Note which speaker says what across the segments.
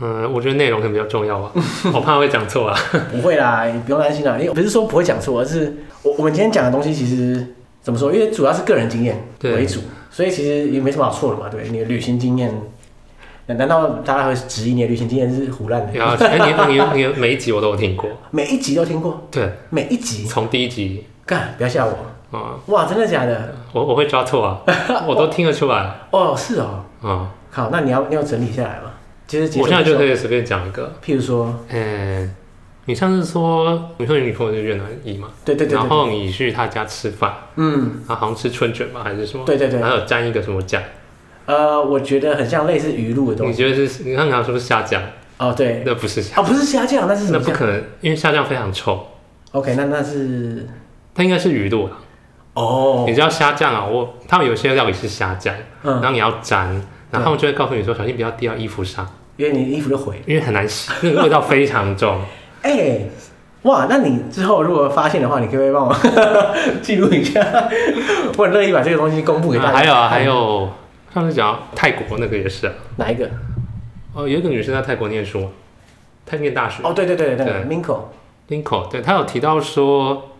Speaker 1: 嗯，我觉得内容可能比较重 要啊，我怕会讲错啊。
Speaker 2: 不会啦，你不用担心啦。因为不是说不会讲错，而是我我们今天讲的东西其实怎么说？因为主要是个人经验
Speaker 1: 对
Speaker 2: 为主，所以其实也没什么好错的嘛。对，你的旅行经验，难难道大家会质疑你的旅行经验是胡乱的？
Speaker 1: 然后，哎，你你你每一集我都有听过，
Speaker 2: 每一集都听过，
Speaker 1: 对，
Speaker 2: 每一集，
Speaker 1: 从第一集，
Speaker 2: 干不要吓我！
Speaker 1: 嗯，
Speaker 2: 哇，真的假的？
Speaker 1: 我我会抓错 啊，我都听得出来，
Speaker 2: 哦，是哦。
Speaker 1: 嗯，
Speaker 2: 好，那你要你要整理下来嘛？其实结
Speaker 1: 我
Speaker 2: 束
Speaker 1: 现在
Speaker 2: 的时
Speaker 1: 就
Speaker 2: 候
Speaker 1: 可以随便讲一个，
Speaker 2: 譬如说，
Speaker 1: 嗯，你上次说你说你女朋友是越南裔嘛，
Speaker 2: 对对对
Speaker 1: 然
Speaker 2: 对，
Speaker 1: 后你去她家吃饭，
Speaker 2: 嗯，
Speaker 1: 她好像吃春卷吧还是什么，
Speaker 2: 对对对
Speaker 1: 还有沾一个什么酱，
Speaker 2: 呃，我觉得很像类似鱼露的东
Speaker 1: 你
Speaker 2: 西。
Speaker 1: 觉得是？你看她说是虾酱，
Speaker 2: 哦，对，
Speaker 1: 那不是虾，
Speaker 2: 啊，不是虾酱，那是
Speaker 1: 嗯
Speaker 2: 什
Speaker 1: 那
Speaker 2: 么
Speaker 1: 不
Speaker 2: 酱
Speaker 1: 可能，因为虾酱非常臭，
Speaker 2: ？OK，那那是
Speaker 1: 它应该是鱼露啊。
Speaker 2: 哦
Speaker 1: 你，知道虾酱啊，我他们有些料理是虾酱，然
Speaker 2: 嗯，
Speaker 1: 后你要沾，然后他们就会告诉你说小心不要滴到衣服上，
Speaker 2: 因为你衣服都毁了。
Speaker 1: 因为很难洗，那个味道非常 重。
Speaker 2: 哎、哇，那你之后如果发现的话，你可不可以帮我 记录一下？我很乐意把这个东西公布给大
Speaker 1: 啊
Speaker 2: 家。
Speaker 1: 还有啊，还有上次讲到泰国那个也是啊，
Speaker 2: 哪一个？
Speaker 1: 哦，有一个女生在泰国念书，泰念大学
Speaker 2: 哦，对对对对，那个
Speaker 1: 对
Speaker 2: Minko，
Speaker 1: ，Linko，对她有提到说，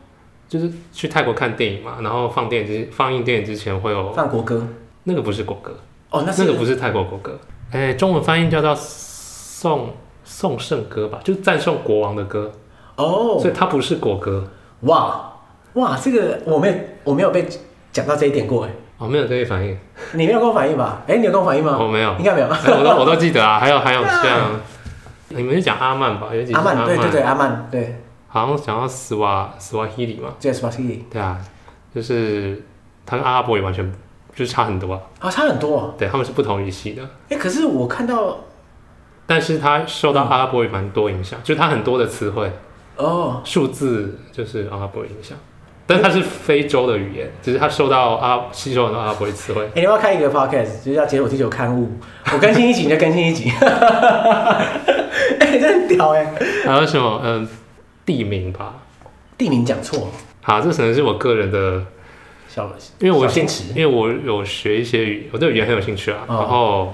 Speaker 1: 就是去泰国看电影嘛，然后放电影之放映电影之前会有
Speaker 2: 放国歌。
Speaker 1: 那个不是国歌，
Speaker 2: 哦，那
Speaker 1: 那
Speaker 2: 是
Speaker 1: 个不是泰国国歌，哎，中文翻译叫做颂颂圣歌吧，就是赞颂国王的歌，
Speaker 2: 哦
Speaker 1: 所，以它不是国歌。
Speaker 2: 哇哇，这个我没有我没有被讲到这一点过哎，
Speaker 1: 我、哦没有这些反应，
Speaker 2: 你没有跟我反映吧？哎、你有跟我反映吗？
Speaker 1: 我、没有，
Speaker 2: 应该没有。
Speaker 1: 哎我 都我都记得啊。还有还有像，你们是讲阿曼吧？有几集
Speaker 2: 阿曼，对对
Speaker 1: 曼
Speaker 2: 对，阿曼，对，
Speaker 1: 好像讲到斯瓦斯瓦希里嘛，
Speaker 2: 这个 s p a s i
Speaker 1: 对啊，就是他跟阿拉伯语完全就是差很多啊。
Speaker 2: 啊，差很多、哦。
Speaker 1: 对，他们是不同语系的，
Speaker 2: 哎、可是我看到
Speaker 1: 但是他受到阿拉伯语蛮多影响，就是他很多的词汇、
Speaker 2: 哦，
Speaker 1: 数字就是阿拉伯语影响。但它是非洲的语言，只是它受到阿拉吸收很多阿拉伯语词汇
Speaker 2: 哎、。你要不要开一个 podcast，就是要解我第九刊物？我更新一集你就更新一集， 哎、真的很屌哎、
Speaker 1: 还有什么？嗯，地名吧。
Speaker 2: 地名讲错，
Speaker 1: 好，这可能是我个人的
Speaker 2: 小
Speaker 1: 因为我
Speaker 2: 小坚
Speaker 1: 兴
Speaker 2: 持
Speaker 1: 趣，因为我有学一些语，我对语言很有兴趣啊。
Speaker 2: 哦
Speaker 1: 然后，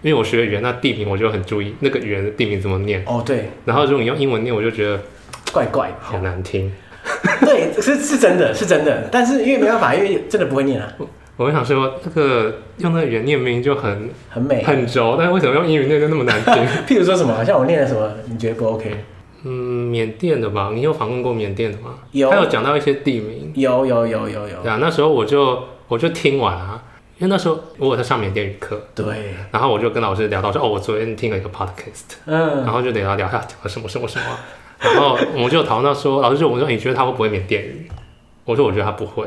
Speaker 1: 因为我学语言，那地名我就很注意那个语言的地名怎么念。
Speaker 2: 哦，对，
Speaker 1: 然后，如果你用英文念，我就觉得
Speaker 2: 怪怪
Speaker 1: 好
Speaker 2: 的，
Speaker 1: 难听。
Speaker 2: 对，是是真的，是真的，但是因为没办法，因为真的不会念啊，
Speaker 1: 我就想说，那个用那个语言念明明就很
Speaker 2: 很美。
Speaker 1: 很轴，但是为什么用英语念就那么难听？
Speaker 2: 譬如说什么，像我念的什么，你觉得不 OK？
Speaker 1: 嗯，缅甸的吧，你有访问过缅甸的吗？
Speaker 2: 有
Speaker 1: 他有讲到一些地名，
Speaker 2: 有有有有有，
Speaker 1: 对啊，那时候我就我就听完啊，因为那时候我有在上缅甸语课，
Speaker 2: 对，
Speaker 1: 然后我就跟老师聊到说，哦，我昨天听了一个 podcast。
Speaker 2: 嗯，
Speaker 1: 然后就得他聊他讲了什么什么什么， 然后我们就有讨论到说，老师就我说你觉得他会不会缅甸语？我说我觉得他不会，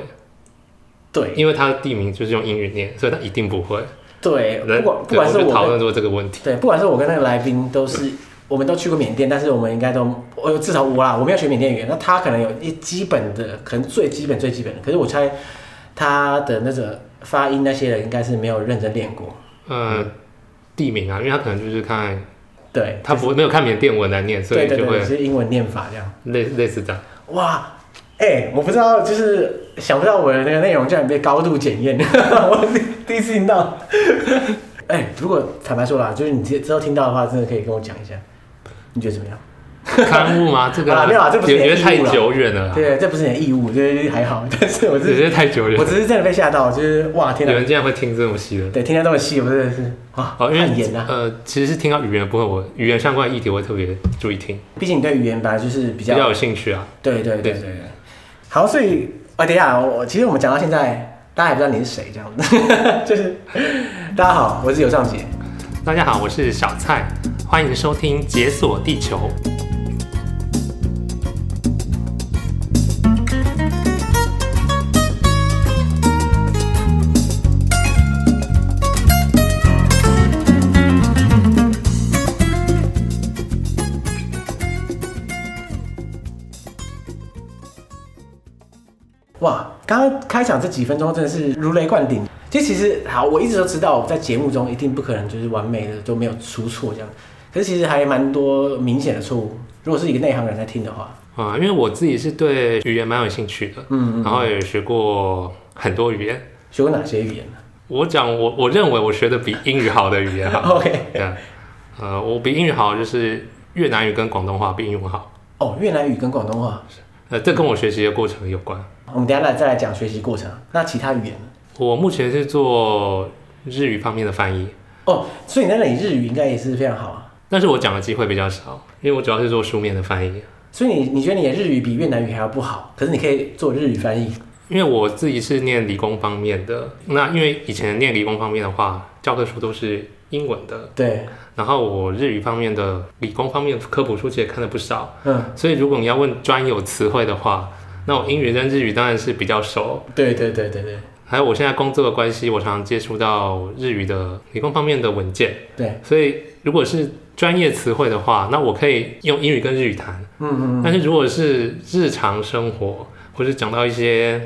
Speaker 2: 对
Speaker 1: 因为他的地名就是用英语念，所以他一定不会。
Speaker 2: 对，
Speaker 1: 对
Speaker 2: 不管不
Speaker 1: 对
Speaker 2: 管是
Speaker 1: 我们就
Speaker 2: 我
Speaker 1: 讨
Speaker 2: 跟
Speaker 1: 论过这个问题，
Speaker 2: 对，不管是我跟那个来宾，都是我们都去过缅甸，但是我们应该都，我至少我啦，我没有学缅甸语言，那他可能有一基本的，可能最基本最基本的，可是我猜他的那个发音那些人应该是没有认真练过。嗯
Speaker 1: 呃，地名啊，因为他可能就是看
Speaker 2: 对，
Speaker 1: 他不没有看缅甸文来念，所
Speaker 2: 对
Speaker 1: 以
Speaker 2: 对
Speaker 1: 就
Speaker 2: 对，
Speaker 1: 会
Speaker 2: 是英文念法这样。
Speaker 1: 类类似这样。
Speaker 2: 哇，哎、我不知道，就是想不到我的那个内容竟然被高度检验， 我第第一次听到。哎、如果坦白说啦，就是你之之后听到的话，真的可以跟我讲一下，你觉得怎么样？
Speaker 1: 刊物吗？ 这个
Speaker 2: 啊好啦没有啦这不是
Speaker 1: 有觉
Speaker 2: 义
Speaker 1: 得
Speaker 2: 务
Speaker 1: 太
Speaker 2: 啦
Speaker 1: 久远了啦，
Speaker 2: 啊对，这不是你的义务，就是还好， 但是我
Speaker 1: 有
Speaker 2: 是
Speaker 1: 些太久远
Speaker 2: 我
Speaker 1: 了。
Speaker 2: 只是真的被吓到，就是哇天
Speaker 1: 有
Speaker 2: 哪，
Speaker 1: 人竟然会听这么细的。
Speaker 2: 对，听到这么细，我真的是哇，
Speaker 1: 哦，因
Speaker 2: 汗
Speaker 1: 为
Speaker 2: 颜啊！
Speaker 1: 呃，其实是听到语言的部分，我语言相关的议题我会特别注意听，
Speaker 2: 毕竟你对语言本来就是比
Speaker 1: 比
Speaker 2: 较，
Speaker 1: 较有兴趣啊。
Speaker 2: 对对对
Speaker 1: 对
Speaker 2: 对对。好，所以啊，等一下，我其实我们讲到现在，大家也不知道你是谁，这样 子，就是大家好，我是尤尚杰。
Speaker 1: 大家好，我是小蔡，欢迎收听《解锁地球》。
Speaker 2: 哇，刚刚开场这几分钟真的是如雷贯顶。就其实好，我一直都知道我在节目中一定不可能就是完美的都没有出错这样，可是其实还蛮多明显的错误。如果是一个内行人在听的话，
Speaker 1: 啊、因为我自己是对语言蛮有兴趣的，
Speaker 2: 嗯
Speaker 1: 然后也学过很多语言。
Speaker 2: 学过哪些语言呢
Speaker 1: 我讲我我认为我学的比英语好的语言好，
Speaker 2: ？OK，
Speaker 1: 对啊呃，我比英语好就是越南语跟广东话比英文好，
Speaker 2: 哦，越南语跟广东话，
Speaker 1: 呃，这跟我学习的过程有关。
Speaker 2: 我们等一下来再来讲学习过程。那其他语言呢
Speaker 1: 我目前是做日语方面的翻译，
Speaker 2: 哦，所以那你日语应该也是非常好啊。
Speaker 1: 但是我讲的机会比较少，因为我主要是做书面的翻译。
Speaker 2: 所以你你觉得你的日语比越南语还要不好，可是你可以做日语翻译。
Speaker 1: 因为我自己是念理工方面的，那因为以前念理工方面的话，教科书都是英文的，
Speaker 2: 对，
Speaker 1: 然后我日语方面的理工方面的科普书籍也看了不少，
Speaker 2: 嗯，
Speaker 1: 所以如果你要问专有词汇的话，那我英语跟日语当然是比较熟。
Speaker 2: 对对对对对
Speaker 1: 还有我现在工作的关系，我常常接触到日语的理工方面的文件，
Speaker 2: 对，
Speaker 1: 所以如果是专业词汇的话，那我可以用英语跟日语谈。
Speaker 2: 嗯嗯
Speaker 1: 但是如果是日常生活，或是讲到一些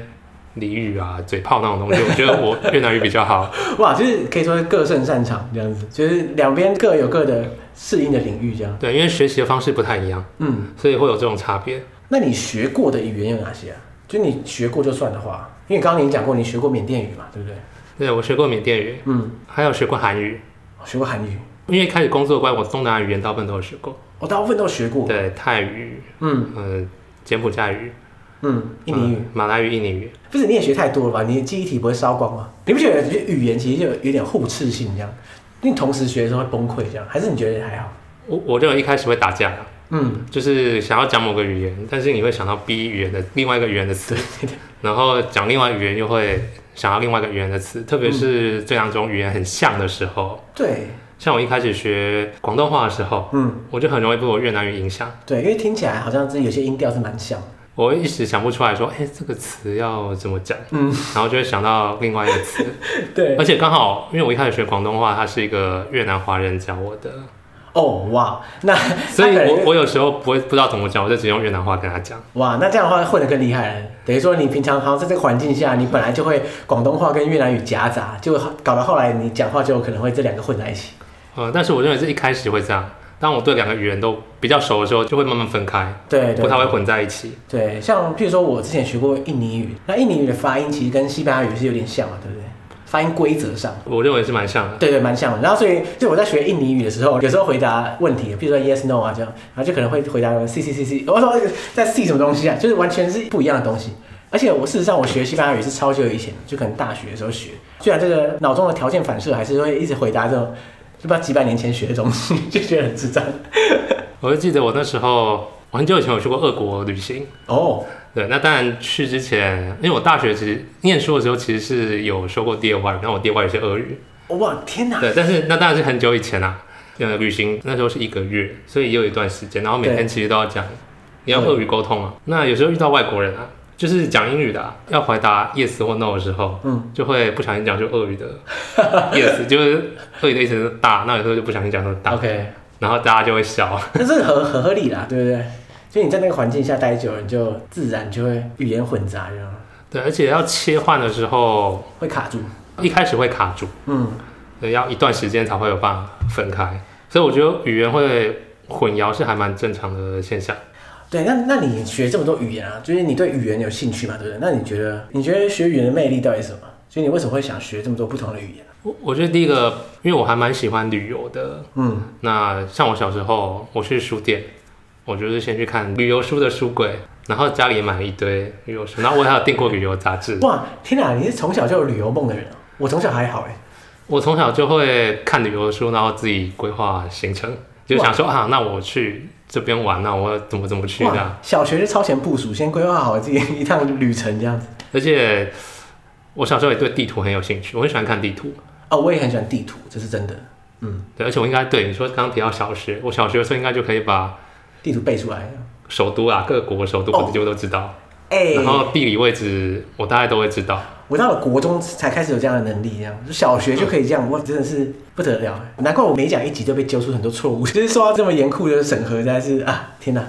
Speaker 1: 俚语啊、嘴炮那种东西，我觉得我越南语比较好。
Speaker 2: 嗯，哇，就是可以说是各胜擅长这样子，就是两边各有各的适应的领域这样。
Speaker 1: 对，因为学习的方式不太一样，
Speaker 2: 嗯，
Speaker 1: 所以会有这种差别。
Speaker 2: 那你学过的语言有哪些啊？就你学过就算的话，因为刚刚你讲过你学过缅甸语嘛，对不对？
Speaker 1: 对我学过缅甸语，
Speaker 2: 嗯，
Speaker 1: 还有学过韩语。
Speaker 2: 学过韩语，
Speaker 1: 因为开始工作的关系，我东南亚语言大部分都有学过，
Speaker 2: 我、大部分都学过。
Speaker 1: 对泰语、
Speaker 2: 嗯
Speaker 1: 呃柬埔寨语、
Speaker 2: 嗯，印尼语。
Speaker 1: 嗯马来语、印尼语。
Speaker 2: 不是你也学太多了吧？你的记忆体不会烧光吗？你不觉得语言其实就有点互斥性这样？因为同时学的时候会崩溃这样，还是你觉得还好？
Speaker 1: 我我认为一开始会打架，
Speaker 2: 嗯，
Speaker 1: 就是想要讲某个语言，但是你会想到 B 语言的另外一个语言的词，然后讲另外语言又会想到另外一个语言的词，特别是这两种语言很像的时候。
Speaker 2: 对，
Speaker 1: 像我一开始学广东话的时候，
Speaker 2: 嗯，
Speaker 1: 我就很容易被我越南语影响，
Speaker 2: 对，因为听起来好像真的有些音调是蛮像的。
Speaker 1: 我会一时想不出来说，哎、这个词要怎么讲，
Speaker 2: 嗯，
Speaker 1: 然后就会想到另外一个词，
Speaker 2: 对
Speaker 1: 而，且刚好，因为我一开始学广东话，他是一个越南华人教我的，
Speaker 2: 哦哇， 那
Speaker 1: 所以
Speaker 2: 那可
Speaker 1: 我
Speaker 2: 能
Speaker 1: 我有时候不会不知道怎么讲，我就只用越南话跟他讲。
Speaker 2: 哇，那这样的话混得更厉害了。等于说你平常好像在这个环境下，你本来就会广东话跟越南语夹杂，就搞到后来你讲话就有可能会这两个混在一起。
Speaker 1: 呃，但是我认为是一开始会这样，当我对两个语言都比较熟的时候，就会慢慢分开，
Speaker 2: 对对
Speaker 1: 不太会混在一起。
Speaker 2: 对，像譬如说我之前学过印尼语，那印尼语的发音其实跟西班牙语是有点像嘛，对不对？发音规则上，
Speaker 1: 我认为是蛮像的。
Speaker 2: 对对，蛮像的。然后所以就我在学印尼语的时候，有时候回答问题，譬如说 yes no 啊这样，然后就可能会回答 c c c c，我说在 c 什么东西啊，就是完全是不一样的东西。而且我事实上我学西班牙语是超级久以前，就可能大学的时候学，虽然这个脑中的条件反射还是会一直回答这种。就不知道几百年前学的东西，就觉得很智障
Speaker 1: 我就记得我那时候，我很久以前有去过俄国旅行。
Speaker 2: 哦。
Speaker 1: 对，那当然去之前，因为我大学其实念书的时候其实是有修过第二外语，那我第二外语是俄语。
Speaker 2: 哇，天 哪！
Speaker 1: 对，但是那当然是很久以前啦、呃，旅行那时候是一个月，所以也有一段时间，然后每天其实都要讲，你要俄语沟通啊。那有时候遇到外国人啊，就是讲英语的、啊，要回答 yes 或 no 的时候，
Speaker 2: 嗯，
Speaker 1: 就会不小心讲出俄语的 yes，就是俄语的意思是大，那有时候就不小心讲成大，
Speaker 2: OK，
Speaker 1: 然后大家就会笑。啊
Speaker 2: 那这合合合理啦，对不对？所以你在那个环境下待久了，你就自然就会语言混杂，这样
Speaker 1: 对，而且要切换的时候，
Speaker 2: 会卡住。
Speaker 1: 一开始会卡住，
Speaker 2: 嗯，
Speaker 1: 对要一段时间才会有办法分开，所以我觉得语言会混淆是还蛮正常的现象。
Speaker 2: 对。那那你学这么多语言啊，就是你对语言有兴趣嘛，对不对？那你觉得你觉得学语言的魅力到底是什么？所以你为什么会想学这么多不同的语言？
Speaker 1: 我我觉得第一个，因为我还蛮喜欢旅游的。
Speaker 2: 嗯，
Speaker 1: 那像我小时候，我去书店，我就是先去看旅游书的书柜，然后家里也买了一堆旅游书，然后我还有订过旅游杂志。
Speaker 2: 哇，天哪，你是从小就有旅游梦的人啊！我从小还好哎、
Speaker 1: 我从小就会看旅游书，然后自己规划行程，就想说啊，那我去这边玩，那我怎么怎么去的啊。
Speaker 2: 哇，小学就超前部署，先规划好自己一趟旅程这样子。
Speaker 1: 而且我小时候也对地图很有兴趣，我很喜欢看地图。
Speaker 2: 哦，我也很喜欢地图，这是真的。嗯，
Speaker 1: 对，而且我应该对你说，刚刚提到小学，我小学的时候应该就可以把
Speaker 2: 地图背出来。
Speaker 1: 首都啊，各国首都
Speaker 2: 哦
Speaker 1: 我几乎都知道。
Speaker 2: 哎、
Speaker 1: 然后地理位置我大概都会知道。
Speaker 2: 我到了国中才开始有这样的能力，这样就小学就可以这样，哇，真的是不得了！难怪我每讲一集都被揪出很多错误，就是受到这么严酷的审核，实在是啊，天哪！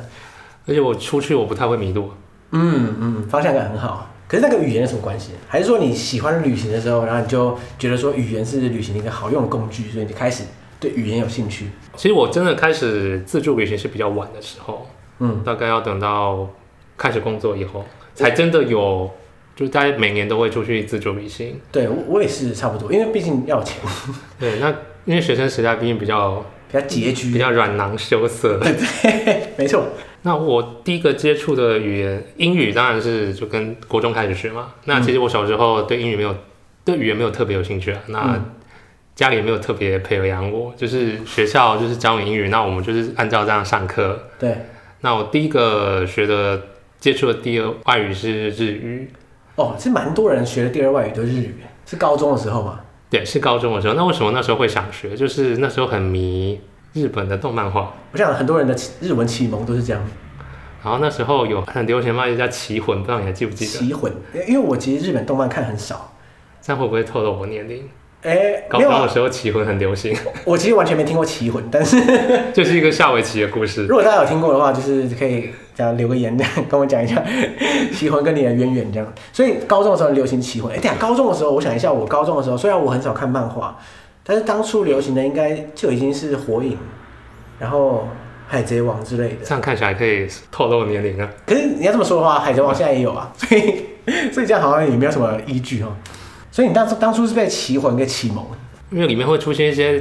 Speaker 1: 而且我出去我不太会迷路，
Speaker 2: 嗯嗯，方向感很好。可是那个语言有什么关系？还是说你喜欢旅行的时候，然后你就觉得说语言是旅行的一个好用的工具，所以你就开始对语言有兴趣？
Speaker 1: 其实我真的开始自助旅行是比较晚的时候，
Speaker 2: 嗯，
Speaker 1: 大概要等到开始工作以后，才真的有，就是大概每年都会出去自助旅行。
Speaker 2: 嗯对我我也是差不多，因为毕竟要钱。
Speaker 1: 对，那因为学生时代毕竟比较
Speaker 2: 比较拮据，
Speaker 1: 比较软囊羞涩。
Speaker 2: 对对，没错。
Speaker 1: 那我第一个接触的语言，英语当然是就跟国中开始学嘛。那其实我小时候对英语没有，对语言没有特别有兴趣啊。那家里也没有特别培养我，就是学校就是教你英语，那我们就是按照这样上课。
Speaker 2: 对，
Speaker 1: 那我第一个学的接触的第二外语是日语，
Speaker 2: 哦，其实蛮多人学的第二外语都是日语，是高中的时候嘛。
Speaker 1: 对，是高中的时候。那为什么那时候会想学？就是那时候很迷日本的动漫画，
Speaker 2: 我想很多人的日文启蒙都是这样，
Speaker 1: 然后那时候有很流行嘛，一叫《棋魂》，不知道你还记不记得？
Speaker 2: 奇混。因为我其实日本动漫看很少，
Speaker 1: 这样会不会透露我年龄？
Speaker 2: 哎，
Speaker 1: 高
Speaker 2: 没有
Speaker 1: 中的
Speaker 2: 啊，
Speaker 1: 时候《棋魂》很流行，
Speaker 2: 我其实完全没听过奇混，但是
Speaker 1: 就是一个下围棋的故事。
Speaker 2: 如果大家有听过的话，就是可以这样留个言，这样跟我讲一下奇魂跟你的渊源这样。所以高中的时候流行奇魂，哎，等一下高中的时候，我想一下，我高中的时候虽然我很少看漫画，但是当初流行的应该就已经是火影，然后海贼王之类的。
Speaker 1: 这样看起来可以透露年龄啊。
Speaker 2: 可是你要这么说的话，海贼王现在也有啊， 所以所以这样好像也没有什么依据哦。所以你当初当初是被奇魂给启蒙，
Speaker 1: 因为里面会出现一些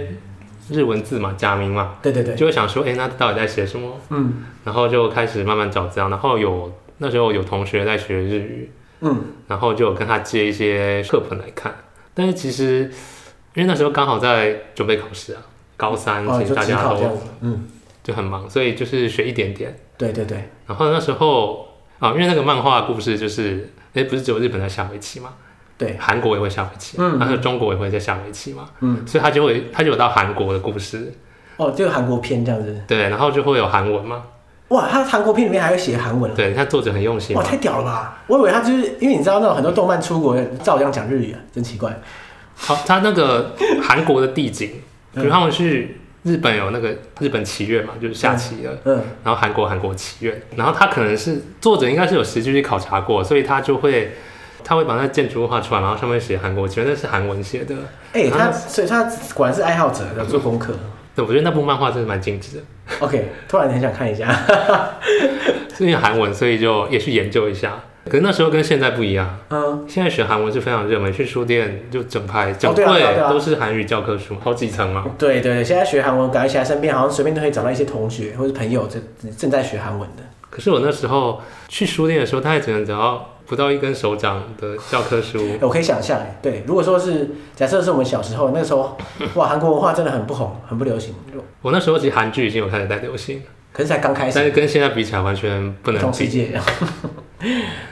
Speaker 1: 日文字嘛、假名嘛，
Speaker 2: 对对对，
Speaker 1: 就会想说，哎、那到底在写什么？
Speaker 2: 嗯
Speaker 1: 然后就开始慢慢找资料。然后有那时候有同学在学日语，
Speaker 2: 嗯，
Speaker 1: 然后就有跟他借一些课本来看。但是其实因为那时候刚好在准备考试啊，高三，
Speaker 2: 哦，
Speaker 1: 其
Speaker 2: 你
Speaker 1: 实
Speaker 2: 说
Speaker 1: 大
Speaker 2: 职
Speaker 1: 家
Speaker 2: 考这样
Speaker 1: 都
Speaker 2: 子，嗯，
Speaker 1: 就很忙，所以就是学一点点。
Speaker 2: 对对对，
Speaker 1: 然后那时候啊，因为那个漫画故事就是，哎、不是只有日本在下围棋嘛，
Speaker 2: 对，
Speaker 1: 韩国也会下围棋，
Speaker 2: 嗯
Speaker 1: 然后中国也会在下围棋嘛，
Speaker 2: 嗯，
Speaker 1: 所以他就会他就有到韩国的故事，
Speaker 2: 哦，就韩国片这样子。
Speaker 1: 对，然后就会有韩文嘛，
Speaker 2: 哇，他韩国片里面还会写韩文啊，
Speaker 1: 对，他作者很用心
Speaker 2: 哇，
Speaker 1: 嘛，
Speaker 2: 太屌了吧！我以为他就是因为你知道那种很多动漫出国照样讲日语啊，真奇怪。
Speaker 1: 好，他那个韩国的地景，比
Speaker 2: 嗯
Speaker 1: 如他们去日本有那个日本棋院嘛，就是下棋的，
Speaker 2: 嗯，
Speaker 1: 然后韩国韩国棋院，然后他可能是作者应该是有实际去考察过，所以他就会他会把那建筑物画出来，然后上面写韩国棋院，那是韩文写的。
Speaker 2: 哎、
Speaker 1: 然后
Speaker 2: 他所以他果然是爱好者，有做功课。
Speaker 1: 对，我觉得那部漫画真的蛮精致的，
Speaker 2: OK，突然很想看一下。
Speaker 1: 是因为韩文，所以就也去研究一下。可是那时候跟现在不一样，
Speaker 2: 嗯，
Speaker 1: 现在学韩文是非常热门，去书店就整排整
Speaker 2: 对
Speaker 1: 柜
Speaker 2: 啊对啊对啊
Speaker 1: 都是韩语教科书，好几层啊嘛。
Speaker 2: 对对对，现在学韩文，感觉起来身边好像随便都可以找到一些同学或者朋友正正在学韩文的。
Speaker 1: 可是我那时候去书店的时候，他也只能找到不到一根手掌的教科书
Speaker 2: 哎。我可以想象，哎对，如果说是假设是我们小时候那时候，哇，韩国文化真的很不红，很不流行，就
Speaker 1: 我那时候其实韩剧已经有开始在流行，
Speaker 2: 可是才刚开
Speaker 1: 但是
Speaker 2: 始，
Speaker 1: 跟现在比起来完全不能
Speaker 2: 同世
Speaker 1: 比。
Speaker 2: 界。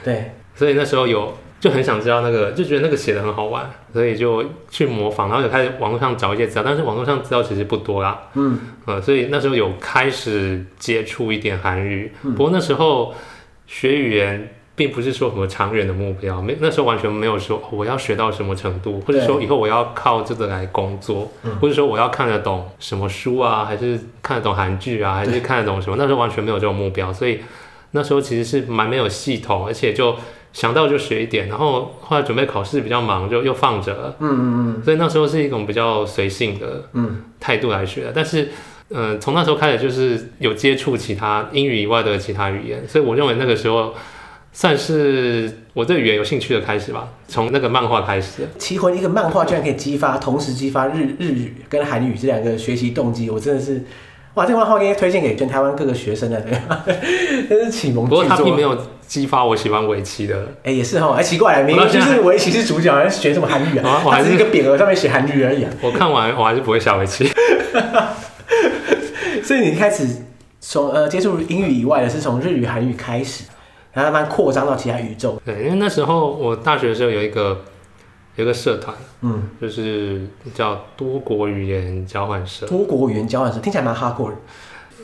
Speaker 2: 对，
Speaker 1: 所以那时候有就很想知道那个，就觉得那个写的很好玩，所以就去模仿，然后就开始网络上找一些资料，但是网络上资料其实不多啦。
Speaker 2: 嗯。
Speaker 1: 呃，所以那时候有开始接触一点韩语，不过那时候学语言并不是说什么长远的目标，没那时候完全没有说哦我要学到什么程度，或者
Speaker 2: 对
Speaker 1: 说以后我要靠这个来工作，或者说我要看得懂什么书啊，还是看得懂韩剧啊，还是看得懂什么？那时候完全没有这种目标，所以那时候其实是蛮没有系统，而且就想到就学一点，然后后来准备考试比较忙，就又放着了。
Speaker 2: 嗯嗯嗯，
Speaker 1: 所以那时候是一种比较随性的
Speaker 2: 嗯
Speaker 1: 态度来学的。但是，嗯，从那时候开始就是有接触其他英语以外的其他语言，所以我认为那个时候算是我对语言有兴趣的开始吧，从那个漫画开始。
Speaker 2: 奇魂一个漫画居然可以激发，同时激发日日语跟韩语这两个学习动机，我真的是，哇，这个漫画应该推荐给全台湾各个学生的，对吧？ 真是启蒙
Speaker 1: 不
Speaker 2: 巨
Speaker 1: 过
Speaker 2: 作。
Speaker 1: 它并没有激发我喜欢围棋的，
Speaker 2: 哎、也是哈，哎、奇怪，明
Speaker 1: 我到
Speaker 2: 明就
Speaker 1: 现在
Speaker 2: 是围棋是主角，还是学什么韩语
Speaker 1: 我
Speaker 2: 啊？
Speaker 1: 我
Speaker 2: 它
Speaker 1: 还
Speaker 2: 只
Speaker 1: 是
Speaker 2: 是一个匾额上面写韩语而已啊。
Speaker 1: 我看完我还是不会下围棋。
Speaker 2: 所以你开始从呃接触英语以外的是从日语、韩语开始，然后慢慢扩张到其他宇宙。
Speaker 1: 对，因为那时候我大学的时候有一个有一个社团，
Speaker 2: 嗯，
Speaker 1: 就是叫多国语言交换社。
Speaker 2: 多国语言交换是听起来蛮 hardcore 的。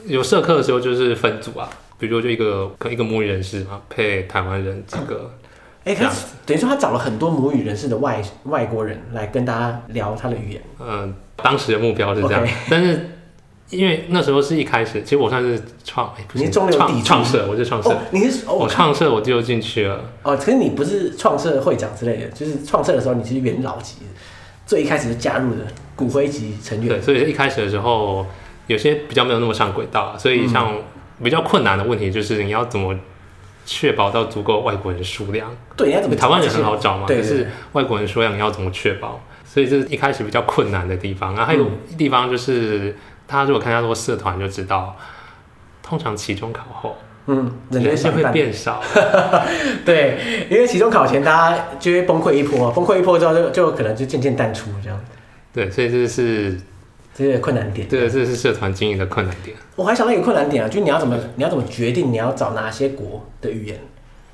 Speaker 1: 有社课的时候就是分组啊，比如说就一个可能一个母语人士啊，配台湾人几个，
Speaker 2: 哎、
Speaker 1: 这
Speaker 2: 可
Speaker 1: 样
Speaker 2: 是等于说他找了很多母语人士的外外国人来跟大家聊他的语言。
Speaker 1: 嗯、当时的目标是这样
Speaker 2: OK
Speaker 1: 但是因为那时候是一开始，其实我算是创，哎不
Speaker 2: 你
Speaker 1: 是
Speaker 2: 是中流砥
Speaker 1: 创
Speaker 2: 柱
Speaker 1: 创社，我是创社，
Speaker 2: 哦，你是
Speaker 1: 我
Speaker 2: 哦
Speaker 1: 创社我就进去了，
Speaker 2: 哦，可是你不是创社会长之类的，就是创社的时候你是元老级，最一开始就加入的骨灰级成员。
Speaker 1: 对，所以一开始的时候有些比较没有那么上轨道啊，所以像
Speaker 2: 嗯
Speaker 1: 比较困难的问题就是你要怎么确保到足够外国人数量。
Speaker 2: 对，你要怎么
Speaker 1: 台湾人很好找嘛，可
Speaker 2: 对对对
Speaker 1: 是外国人啊
Speaker 2: 嗯
Speaker 1: 说要你要怎么确保，所以这是一开始比较困难的地方。然后还有地方就是他如果参加过社团就知道，通常期中考后
Speaker 2: 嗯，人
Speaker 1: 人
Speaker 2: 就
Speaker 1: 就
Speaker 2: 想
Speaker 1: 会
Speaker 2: 办。
Speaker 1: 变少，
Speaker 2: 对，因为期中考前大家就会崩溃一波，崩溃一波之后就就可能就渐渐淡出这样，
Speaker 1: 对，所以这是
Speaker 2: 这是困难点。
Speaker 1: 对，这是社团经营的困难点。
Speaker 2: 我还想到一个困难点啊，就是你要怎么你要怎么决定你要找哪些国的语言，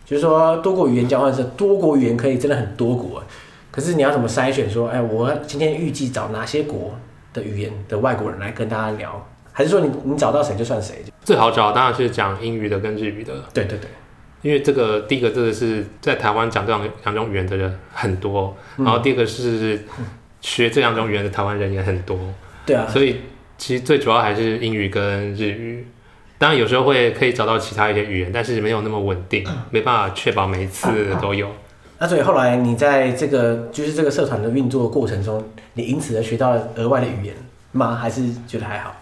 Speaker 2: 就是说多国语言交换是多国语言可以真的很多国，啊可是你要怎么筛选说，哎，我今天预计找哪些国的语言的外国人来跟大家聊，还是说你你找到谁就算谁？
Speaker 1: 最好找当然是讲英语的跟日语的，
Speaker 2: 对对对，
Speaker 1: 因为这个第一个真的是在台湾讲这两两种语言的人很多，
Speaker 2: 嗯
Speaker 1: 然后第二个是学这两种语言的台湾人也很多，
Speaker 2: 对啊，
Speaker 1: 所以其实最主要还是英语跟日语。当然有时候会可以找到其他一些语言，但是没有那么稳定，没办法确保每一次都有。
Speaker 2: 那所以后来你在这个就是这个社团的运作过程中，你因此而学到了额外的语言吗？还是觉得还好？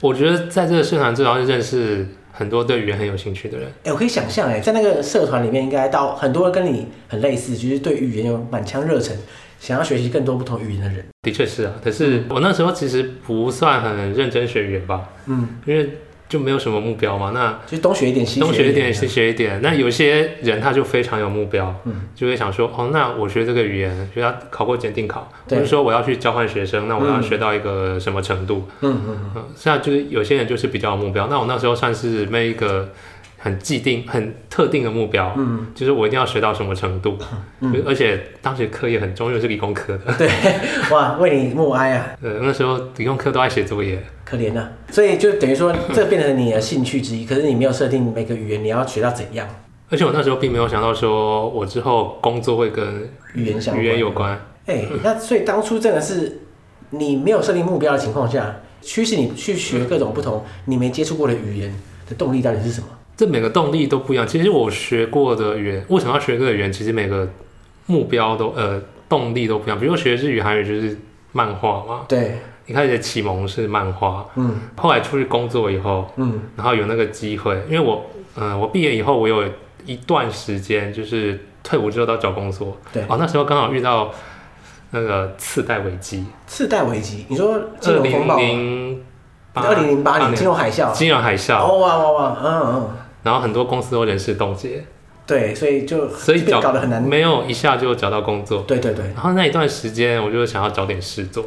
Speaker 1: 我觉得在这个社团最主要是认识很多对语言很有兴趣的人。
Speaker 2: 哎、我可以想象，哎，在那个社团里面，应该到很多人跟你很类似，就是对语言有满腔热忱，想要学习更多不同语言的人。
Speaker 1: 的确是啊，可是我那时候其实不算很认真学语言吧，
Speaker 2: 嗯，
Speaker 1: 因为就没有什么目标嘛。那
Speaker 2: 就是东学一点，西
Speaker 1: 东学一点，
Speaker 2: 点。
Speaker 1: 西学一点。那有些人他就非常有目标，
Speaker 2: 嗯，
Speaker 1: 就会想说，哦，那我学这个语言，学要考过检定考，或
Speaker 2: 对
Speaker 1: 者说我要去交换学生，那我要
Speaker 2: 嗯
Speaker 1: 学到一个什么程度？
Speaker 2: 嗯嗯，
Speaker 1: 嗯，现在就是有些人就是比较有目标。那我那时候算是没一个很既定、很特定的目标，嗯，就是我一定要学到什么程度，嗯、而且当时课业很重，因为我是理工科的，
Speaker 2: 对，哇，为你默哀啊，
Speaker 1: 呃，那时候理工科都爱写作业。
Speaker 2: 可怜啊。所以就等 于说，这变成你的兴趣之一，可是你没有设定每个语言你要学到怎样
Speaker 1: 而且我那时候并没有想到说，我之后工作会跟
Speaker 2: 语言相关。
Speaker 1: 语言有关。
Speaker 2: 哎、那所以当初真的是你没有设定目标的情况下，驱使你去学各种不同你没接触过的语言的动力到底是什么？
Speaker 1: 这每个动力都不一样。其实我学过的语言，为什么要学这个语言？其实每个目标都呃动力都不一样。比如说学日语、韩语就是漫画嘛，
Speaker 2: 对，
Speaker 1: 一开始的启蒙是漫画，
Speaker 2: 嗯
Speaker 1: 后来出去工作以后，
Speaker 2: 嗯，
Speaker 1: 然后有那个机会，因为我嗯、呃我毕业以后我有一段时间就是退伍之后到找工作，
Speaker 2: 对
Speaker 1: 哦那时候刚好遇到那个次贷危机，
Speaker 2: 次贷危机，你说金
Speaker 1: 二
Speaker 2: 融
Speaker 1: 零
Speaker 2: 风暴，
Speaker 1: 零八啊
Speaker 2: 二零零八年金融海啸，
Speaker 1: 金融海啸，
Speaker 2: 哦哇哇哇，嗯
Speaker 1: 然后很多公司都人事冻结，
Speaker 2: 嗯，对，所以就
Speaker 1: 所以
Speaker 2: 被
Speaker 1: 找
Speaker 2: 搞得很难，
Speaker 1: 没有一下就找到工作。
Speaker 2: 对对对，
Speaker 1: 然后那一段时间，我就想要找点事做，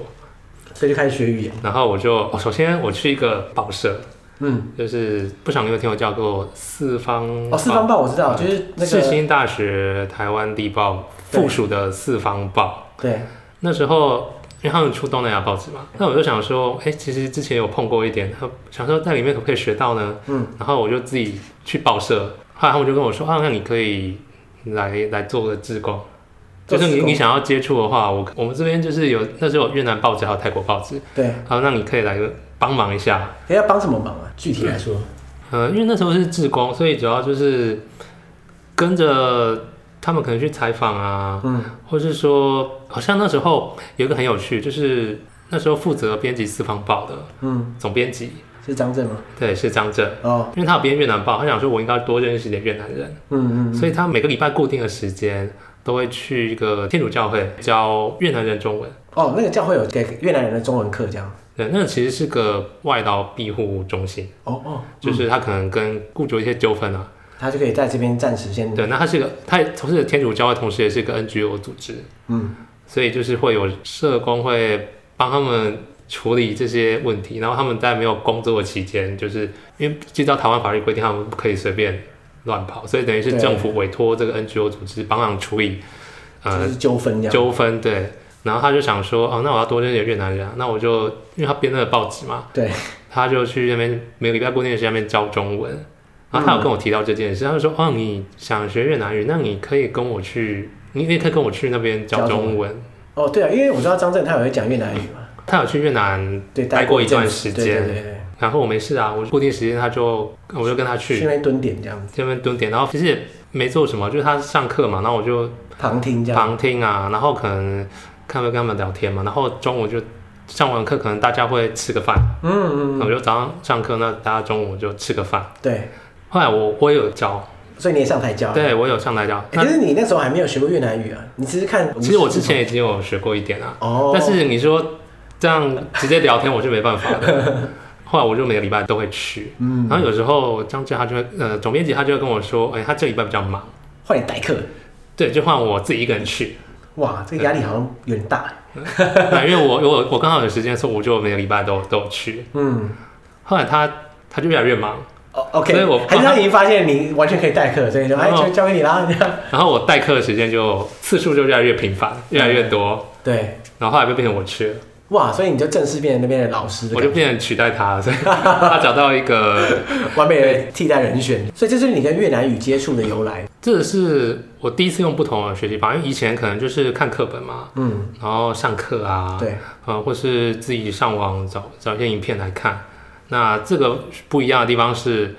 Speaker 2: 所以就开始学语言，
Speaker 1: 然后我就、哦首先我去一个报社，
Speaker 2: 嗯，
Speaker 1: 就是不想你有没有听我叫过四方
Speaker 2: 哦，四方报我知道，
Speaker 1: 嗯
Speaker 2: 就是那
Speaker 1: 世
Speaker 2: 个
Speaker 1: 新大学台湾地报
Speaker 2: 对
Speaker 1: 附属的四方报。
Speaker 2: 对，
Speaker 1: 那时候因为他们出东南亚报纸嘛，那我就想说，哎，其实之前有碰过一点，想说在里面可不可以学到呢？
Speaker 2: 嗯，
Speaker 1: 然后我就自己去报社，后来他们就跟我说，啊，那你可以来来做个志工。就
Speaker 2: 做
Speaker 1: 是你
Speaker 2: 志工
Speaker 1: 你想要接触的话，我我们这边就是有那时候有越南报纸还有泰国报纸，
Speaker 2: 对，
Speaker 1: 好，那你可以来帮忙一下。
Speaker 2: 哎要帮什么忙啊？具体来说，
Speaker 1: 呃，因为那时候是志工，所以主要就是跟着他们可能去采访啊，
Speaker 2: 嗯，
Speaker 1: 或是说，好像那时候有一个很有趣，就是那时候负责编辑四方报的
Speaker 2: 嗯，
Speaker 1: 总编辑，
Speaker 2: 是张震吗？
Speaker 1: 对，是张震，
Speaker 2: 哦，
Speaker 1: 因为他有编越南报，他想说我应该多认识一点越南人，
Speaker 2: 嗯嗯，
Speaker 1: 所以他每个礼拜固定的时间都会去一个天主教会教越南人中文。
Speaker 2: 哦，那个教会有给越南人的中文课这样，
Speaker 1: 对，那其实是个外劳庇护中心，
Speaker 2: 哦哦，
Speaker 1: 就是他可能跟雇主一些纠纷啊，
Speaker 2: 他就可以在这边暂时先，
Speaker 1: 对，那他是个，他也从事的天主教会，同时也是个 NGO 组织，
Speaker 2: 嗯，
Speaker 1: 所以就是会有社工会帮他们处理这些问题，然后他们在没有工作的期间，就是因为依照台湾法律规定，他们不可以随便乱跑，所以等于是
Speaker 2: 对
Speaker 1: 政府委托这个 NGO 组织帮忙处理，
Speaker 2: 就
Speaker 1: 呃，
Speaker 2: 是纠纷这样，
Speaker 1: 纠纷，对。然后他就想说，哦，那我要多认识点越南人、啊，那我就因为他编那个报纸嘛，
Speaker 2: 对，
Speaker 1: 他就去那边每个礼拜固定的时间那边教中文。然后他有跟我提到这件
Speaker 2: 嗯
Speaker 1: 事，他就说：“哦，你想学越南语，那你可以跟我去，你也可以跟我去那边教
Speaker 2: 教中
Speaker 1: 中文。
Speaker 2: 哦对啊，因为我知道张震他有会讲越南语嘛，”
Speaker 1: 他有去越南，
Speaker 2: 对，
Speaker 1: 待过一段
Speaker 2: 阵子
Speaker 1: 时
Speaker 2: 对
Speaker 1: 间
Speaker 2: 对对对，
Speaker 1: 然后我没事啊，我固定时间他就我就跟他
Speaker 2: 去
Speaker 1: 去
Speaker 2: 那边蹲点这样子，
Speaker 1: 这边蹲点，然后其实也没做什么，就是他上课嘛，然后我就
Speaker 2: 旁听这样。
Speaker 1: 旁听啊，然后可能看会跟他们聊天嘛，然后中午就上完课，可能大家会吃个饭，
Speaker 2: 嗯嗯，
Speaker 1: 那我就早上上课，那大家中午就吃个饭。
Speaker 2: 对，
Speaker 1: 后来我我也有教，
Speaker 2: 所以你也上台教。欸，
Speaker 1: 对我有上来教。
Speaker 2: 可
Speaker 1: 那
Speaker 2: 是你那时候还没有学过越南语啊，你只是看。
Speaker 1: 其实我之前已经有学过一点啊，
Speaker 2: 哦，
Speaker 1: 但是你说这样直接聊天，我是没办法的。后来我就每个礼拜都会去，
Speaker 2: 嗯，
Speaker 1: 然后有时候张志他就会，呃，总编辑他就会跟我说，哎、他这礼拜比较忙，
Speaker 2: 换你代课，
Speaker 1: 对，就换我自己一个人去，
Speaker 2: 哇，这个压力好像有点大。
Speaker 1: 对因为我我我刚好有时间，所以我就每个礼拜都都有去。
Speaker 2: 嗯，
Speaker 1: 后来他他就越来越忙，
Speaker 2: 哦，OK，
Speaker 1: 所以我
Speaker 2: 还是他已经发现你完全可以代课，所以就哎，
Speaker 1: 然后
Speaker 2: 就交给你啦。这样
Speaker 1: 然后我代课的时间就次数就越来越频繁，越来越多，
Speaker 2: 对，
Speaker 1: 然后后来就变成我去了，
Speaker 2: 哇，所以你就正式变成那边的老师的
Speaker 1: 我
Speaker 2: 感
Speaker 1: 就
Speaker 2: 觉，
Speaker 1: 变成取代他了，所以 他找到一个
Speaker 2: 完美的替代人选。所以这就是你跟越南语接触的由来。
Speaker 1: 这是我第一次用不同的学习法，因为以前可能就是看课本嘛，
Speaker 2: 嗯，
Speaker 1: 然后上课啊，，
Speaker 2: 对，
Speaker 1: 呃，或是自己上网找找一些影片来看。那这个不一样的地方是，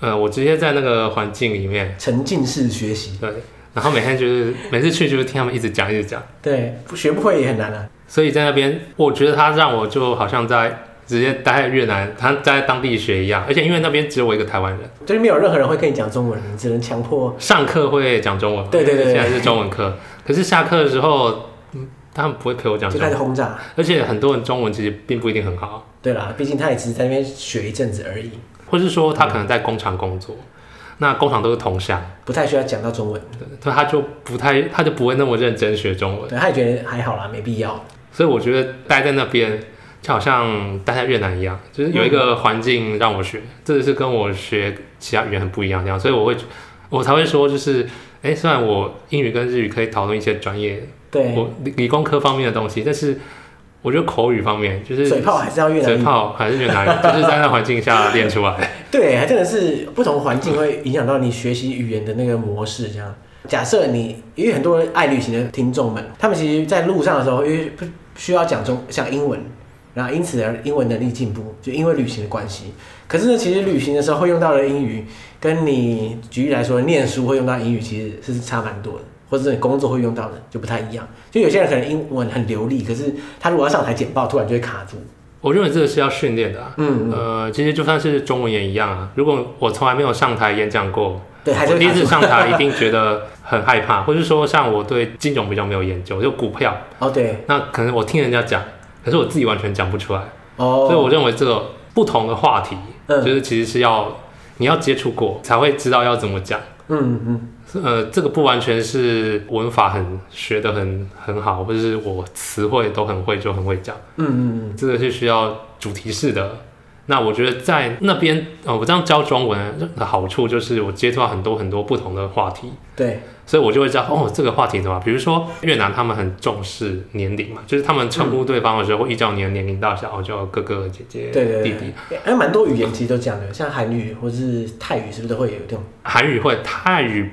Speaker 1: 呃，我直接在那个环境里面，
Speaker 2: 沉浸式学习，
Speaker 1: 对，然后每天就是每次去就是听他们一直讲一直讲，
Speaker 2: 对，学不会也很难啊。
Speaker 1: 所以在那边，我觉得他让我就好像在直接待在越南，他在当地学一样，而且因为那边只有我一个台湾人，
Speaker 2: 就是没有任何人会跟你讲中文，你只能强迫。
Speaker 1: 上课会讲中文嘛，
Speaker 2: 对对对对
Speaker 1: 现在是中文课，可是下课的时候，嗯，他们不会陪我讲
Speaker 2: 就
Speaker 1: 中
Speaker 2: 开
Speaker 1: 文
Speaker 2: 始，轰炸。
Speaker 1: 而且很多人中文其实并不一定很好，
Speaker 2: 对啦，毕竟他也只是在那边学一阵子而已，
Speaker 1: 或是说他可能在工厂工作，那工厂都是同乡，
Speaker 2: 不太需要讲到中文。
Speaker 1: 对所以他就不太，他就不会那么认真学中文，
Speaker 2: 对，他也觉得还好啦，没必要。
Speaker 1: 所以我觉得待在那边就好像待在越南一样，就是有一个环境让我学，这是跟我学其他语言很不一样的地方，所以我会，我才会说就是，哎、虽然我英语跟日语可以讨论一些专业，
Speaker 2: 对，
Speaker 1: 我理理工科方面的东西，但是我觉得口语方面就是
Speaker 2: 嘴炮还是要越
Speaker 1: 嘴
Speaker 2: 南语。
Speaker 1: 炮还是越南语，就是在那环境下练出来。
Speaker 2: 对，还真的是不同环境会影响到你学习语言的那个模式。这样，假设你因为很多爱旅行的听众们，他们其实在路上的时候，因为不需要讲中讲英文，然后因此而英文能力进步，就因为旅行的关系。可是呢，其实旅行的时候会用到的英语，跟你举例来说，念书会用到英语，其实是差蛮多的。或者是你工作会用到的就不太一样，就有些人可能英文很流利，可是他如果要上台简报，突然就会卡住。
Speaker 1: 我认为这个是要训练的、啊。
Speaker 2: 嗯，
Speaker 1: 呃，其实就算是中文也一样啊。如果我从来没有上台演讲过，
Speaker 2: 对，还是
Speaker 1: 我第
Speaker 2: 会
Speaker 1: 一
Speaker 2: 卡
Speaker 1: 次
Speaker 2: 住。
Speaker 1: 上台一定觉得很害怕，或是说像我对金融比较没有研究，就股票，
Speaker 2: 哦，对，
Speaker 1: 那可能我听人家讲，可是我自己完全讲不出来。
Speaker 2: 哦，
Speaker 1: 所以我认为这个不同的话题，
Speaker 2: 嗯
Speaker 1: 就是其实是要你要接触过才会知道要怎么讲。
Speaker 2: 嗯嗯。
Speaker 1: 呃，这个不完全是文法很学得很很好，或者是我词汇都很会就很会讲。
Speaker 2: 嗯嗯
Speaker 1: 这个是需要主题式的。那我觉得在那边，呃，我这样教中文的好处就是我接触到很多很多不同的话题，
Speaker 2: 嗯，对，
Speaker 1: 所以我就会知道哦，这个话题怎么？比如说越南他们很重视年龄嘛，就是他们称呼对方的时候会依照你的年龄大小，哦，叫哥哥、姐姐、
Speaker 2: 嗯对对对
Speaker 1: 弟弟。
Speaker 2: 还蛮多语言其实都讲的，像韩语或是泰语，是不是都会有这种
Speaker 1: 韩语会，泰语，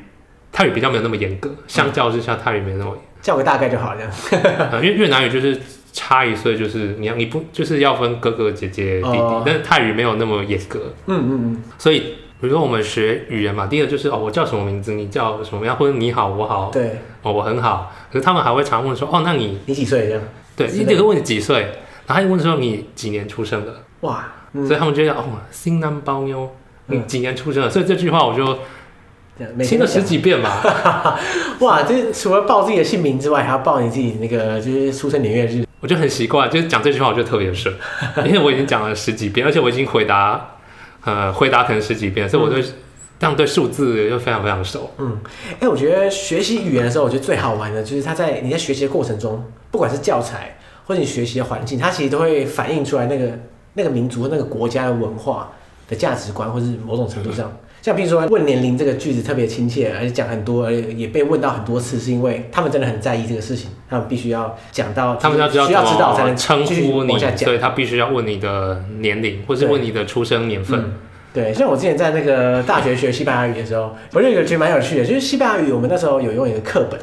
Speaker 1: 泰语比较没有那么严格，相较之下，泰语没那 么
Speaker 2: 叫个大概就好这样？
Speaker 1: 严格、呃，因为越南语就是差一岁，就是你要你不就是要分哥哥、姐姐、弟弟，
Speaker 2: 哦
Speaker 1: 但是泰语没有那么严格。
Speaker 2: 嗯嗯
Speaker 1: 所以，比如说我们学语言嘛，第一个就是哦，我叫什么名字，你叫什么样，或者你好，我好
Speaker 2: 嗯，，对，
Speaker 1: 哦，我很好。可是他们还会常问说，哦，那你
Speaker 2: 你几岁这样？
Speaker 1: 对，
Speaker 2: 是的
Speaker 1: 一个问你几岁，然后又问说你几年出生的，
Speaker 2: 哇，嗯，
Speaker 1: 所以他们就讲哦，新南包妞，
Speaker 2: 嗯
Speaker 1: 你几年出生的，所以这句话我就
Speaker 2: 这样每
Speaker 1: 听
Speaker 2: 天
Speaker 1: 了
Speaker 2: 都
Speaker 1: 十
Speaker 2: 讲
Speaker 1: 几遍吧。
Speaker 2: 哇，这除了报自己的姓名之外，还要报你自己那个就是出生年月日。
Speaker 1: 我就很习惯，就是讲这句话我就特别顺， 因为我已经讲了十几遍，而且我已经回答，呃，回答可能十几遍，
Speaker 2: 嗯
Speaker 1: 所以我对、这样对数字就非常非常熟。
Speaker 2: 哎、我觉得学习语言的时候，我觉得最好玩的就是它在你在学习的过程中，不管是教材或者你学习的环境，它其实都会反映出来那个那个民族和那个国家的文化的价值观，或是某种程度上，像比如说问年龄这个句子特别亲切，而且讲很多，而且也被问到很多次，是因为他们真的很在意这个事情，他们必须要讲到，
Speaker 1: 他们要知道
Speaker 2: 嗯需
Speaker 1: 怎
Speaker 2: 要知道才
Speaker 1: 么
Speaker 2: 能
Speaker 1: 称
Speaker 2: 继续
Speaker 1: 呼你
Speaker 2: 往下，讲
Speaker 1: 所。以他必须要问你的年龄，或是
Speaker 2: 对
Speaker 1: 问你的出生年份。
Speaker 2: 嗯对，像我之前在那个大学学西班牙语的时候， 我就有觉得蛮有趣的，就是西班牙语我们那时候有用一个课本，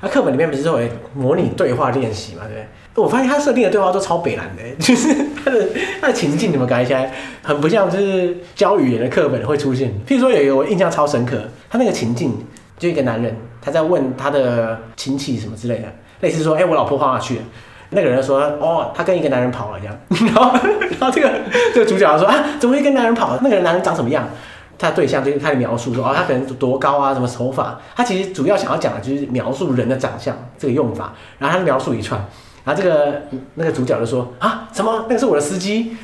Speaker 2: 那课本里面不是都有模拟对话练习嘛，对不对？我发现他设定的对话都超北蓝的，就是他的 他的情境怎么改起来，很不像就是教语言的课本会出现。譬如说有一个我印象超深刻，他那个情境就一个男人他在问他的亲戚什么之类的，类似说，哎、我老婆跑哪去了？那个人说：“哦，他跟一个男人跑了这样。” 然后，然后这个这个主角说：“啊，怎么会跟男人跑？那个人男人长什么样？”他对象就是他的描述说：“哦，他可能多高啊，什么头发。”他其实主要想要讲的就是描述人的长相这个用法。然后他描述一串，然后这个那个主角就说：“啊，什么？那个是我的司机。”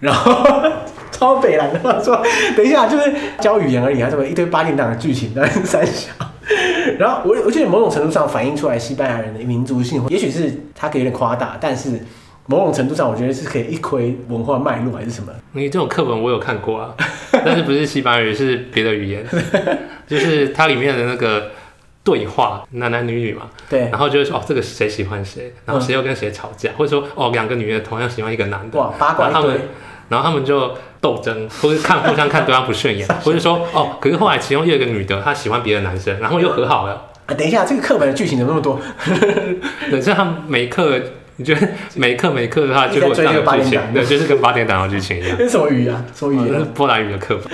Speaker 2: 然后 超北蓝的他说，等一下就是教语言而已啊，这么一堆八点档的剧情，当然是三小。然后我我觉得某种程度上反映出来西班牙人的民族性，也许是他可以有点夸大，但是某种程度上我觉得是可以一窥文化脉络还是什么。
Speaker 1: 你这种课本我有看过啊，但是不是西班牙语，是别的语言，就是它里面的那个对话，男男女女嘛，
Speaker 2: 对，
Speaker 1: 然后就会说哦，这个谁喜欢谁，然
Speaker 2: 嗯
Speaker 1: 后谁又跟谁吵架，或者说哦，两个女的同样喜欢一个男的，
Speaker 2: 哇，八卦
Speaker 1: 然后
Speaker 2: 一
Speaker 1: 他
Speaker 2: 堆
Speaker 1: 们，然后他们就斗争，或是看互相看对方不顺 眼，或是说哦，可是后来其中又有一个女的她喜欢别的男生，然后又和好了，
Speaker 2: 啊，等一下这个课本的剧情怎么那么多？
Speaker 1: 对，所以他们每一刻。你觉得每一刻每一刻的话，就会有这样
Speaker 2: 一直在追那
Speaker 1: 的
Speaker 2: 个八
Speaker 1: 剧
Speaker 2: 点
Speaker 1: 情，
Speaker 2: 档
Speaker 1: 对，就是跟八点档的剧 情一样，
Speaker 2: 这是什么语啊？什么语
Speaker 1: 哦那
Speaker 2: 言
Speaker 1: 是
Speaker 2: 啊？
Speaker 1: 波兰语的课本。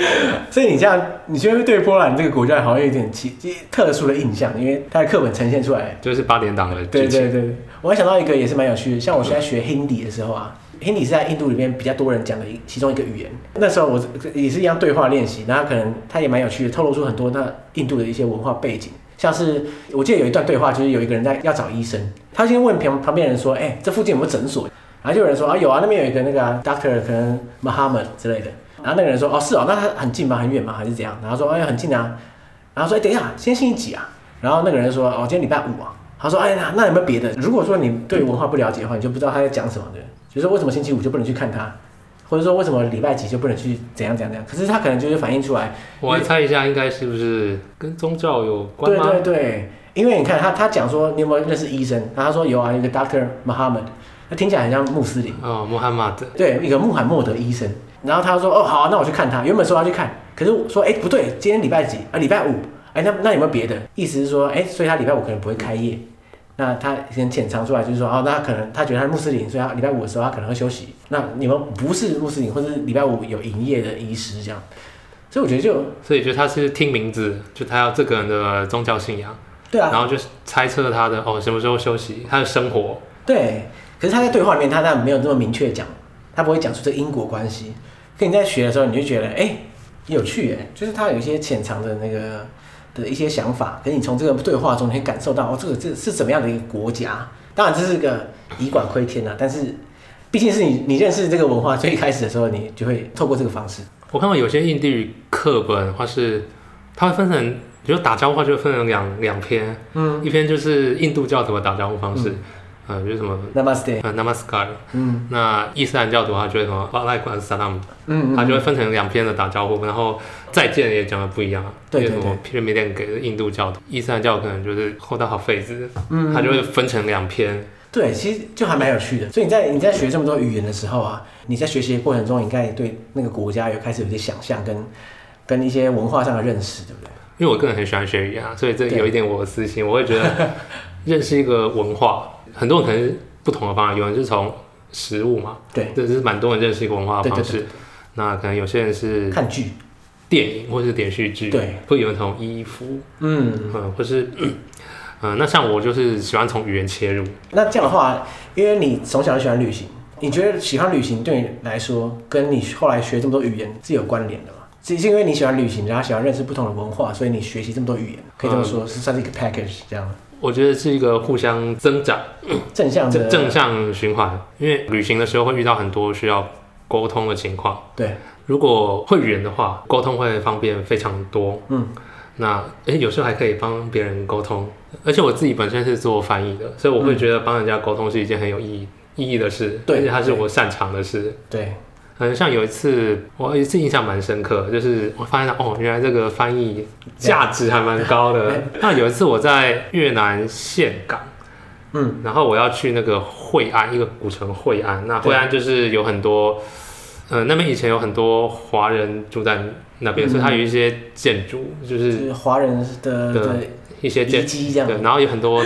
Speaker 2: 所以你这样，你就会对波兰这个国家好像有点奇特殊的印象，因为它的课本呈现出来
Speaker 1: 就是八点档的
Speaker 2: 对
Speaker 1: 剧情。
Speaker 2: 对对，我还想到一个也是蛮有趣的，像我现在学 Hindi 的时候啊，Hindi 是在印度里面比较多人讲的一其中一个语言。那时候我也是一样对话练习，然后可能它也蛮有趣的，透露出很多那印度的一些文化背景。像是我记得有一段对话，就是有一个人在要找医生，他先问旁旁边人说：“哎、这附近有没有诊所？”然后就有人说：“啊，有啊，那边有一个那个、啊、doctor 可能 Muhammad 之类的。”然后那个人说：“哦，是哦，那他很近吗？很远吗？还是怎样？”然后说：“哎，很近啊。”然后说：“哎，等一下，先星期几啊？”然后那个人说：“哦，今天礼拜五啊。”他说：“哎呀，那有没有别的？如果说你对文化不了解的话，你就不知道他在讲什么的。就是为什么星期五就不能去看他，或者说为什么礼拜几就不能去怎样怎样怎样？可是他可能就是反映出来，
Speaker 1: 我来猜一下，应该是不是跟宗教有关
Speaker 2: 对
Speaker 1: 吗？
Speaker 2: 对对，因为你看他他讲说你有没有认识医生？然后他说有啊，有一个 Doctor Muhammad，那听起来很像穆斯林。
Speaker 1: 哦，穆罕默德，
Speaker 2: 对，一个穆罕默德医生。然后他说：“哦，好啊、那我去看他。”原本说要去看，可是我说：“哎，不对，今天礼拜几啊？礼拜五。哎，那那有没有别的？意思是说，哎，所以他礼拜五可能不会开业。那他先潜藏出来，就是说，哦，那他可能他觉得他是穆斯林，所以他礼拜五的时候他可能会休息。那你们不是穆斯林，或是礼拜五有营业的医师这样，所以我觉得就
Speaker 1: 所以就他是听名字，就他要这个人的宗教信仰，
Speaker 2: 对啊，
Speaker 1: 然后就是猜测他的哦什么时候休息，他的生活。
Speaker 2: 对，可是他在对话里面，他当然没有这么明确讲，他不会讲出这个因果关系。可你在学的时候，你就觉得，哎、有趣哎，就是他有一些潜藏的那个的一些想法。可是你从这个对话中，你可以感受到，哦，这个这是怎么样的一个国家？当然这是个以管窥天啊，但是毕竟是你你认识这个文化最开始的时候，你就会透过这个方式。
Speaker 1: 我看到有些印地语课本或是它会分成，比如打招呼就分成两两篇，
Speaker 2: 嗯
Speaker 1: 一篇就是印度教徒的打招呼方式，呃，就是什么
Speaker 2: ，Namaste，
Speaker 1: 呃 Namaskar，
Speaker 2: 嗯
Speaker 1: 那伊斯兰教徒的话就会什么 w a l a i k u m Salam，
Speaker 2: 嗯
Speaker 1: 它
Speaker 2: 嗯，
Speaker 1: 就会分成两篇的打招呼，然后再见也讲的不一样。
Speaker 2: 对
Speaker 1: 有
Speaker 2: 对
Speaker 1: 什么 Pyramid Land 给的印度教徒，伊斯兰教可能就是后到好费子，它就会分成两篇。
Speaker 2: 对，其实就还蛮有趣的。所以你在你在学这么多语言的时候啊，你在学习的过程中，你应该也对那个国家有开始有一些想象跟跟一些文化上的认识，对不对？
Speaker 1: 因为我个人很喜欢学语言啊，所以这
Speaker 2: 对
Speaker 1: 有一点我的私心，我会觉得 认识一个文化，很多人可能是不同的方法，有人是从食物嘛，
Speaker 2: 对，
Speaker 1: 这是蛮多人认识一个文化的
Speaker 2: 对对
Speaker 1: 方式。那可能有些人是
Speaker 2: 看剧，
Speaker 1: 电影或是连续剧，
Speaker 2: 对，
Speaker 1: 会有人从衣服，
Speaker 2: 嗯，
Speaker 1: 嗯，或是 嗯、呃那像我就是喜欢从语言切入，
Speaker 2: 那这样的话，因为你从小就喜欢旅行，你觉得喜欢旅行对你来说，跟你后来学这么多语言是有关联的吗？只是因为你喜欢旅行，然后喜欢认识不同的文化，所以你学习这么多语言，可以这么
Speaker 1: 嗯
Speaker 2: 说，是算是一个 package 这样吗
Speaker 1: 我觉得是一个互相增长、
Speaker 2: 正向的
Speaker 1: 正正向循环。因为旅行的时候会遇到很多需要沟通的情况，
Speaker 2: 对，
Speaker 1: 如果会员的话，沟通会方便非常多。
Speaker 2: 嗯，
Speaker 1: 那诶，有时候还可以帮别人沟通，而且我自己本身是做翻译的，所以我会觉得帮人家沟通是一件很有意义、意义的事，
Speaker 2: 嗯对
Speaker 1: 而且它是我擅长的事。
Speaker 2: 对，
Speaker 1: 嗯，像有一次，我有一次印象蛮深刻，就是我发现到哦，原来这个翻译价值还蛮高 的。那有一次我在越南岘港，
Speaker 2: 嗯，
Speaker 1: 然后我要去那个惠安，一个古城惠安。那惠安就是有很多，呃，那边以前有很多华人住在那边，
Speaker 2: 嗯
Speaker 1: 所以它有一些建筑，就
Speaker 2: 就是是华人的
Speaker 1: 对
Speaker 2: 的
Speaker 1: 一些
Speaker 2: 遗
Speaker 1: 建，
Speaker 2: 迹这样。
Speaker 1: 对，然后有很多，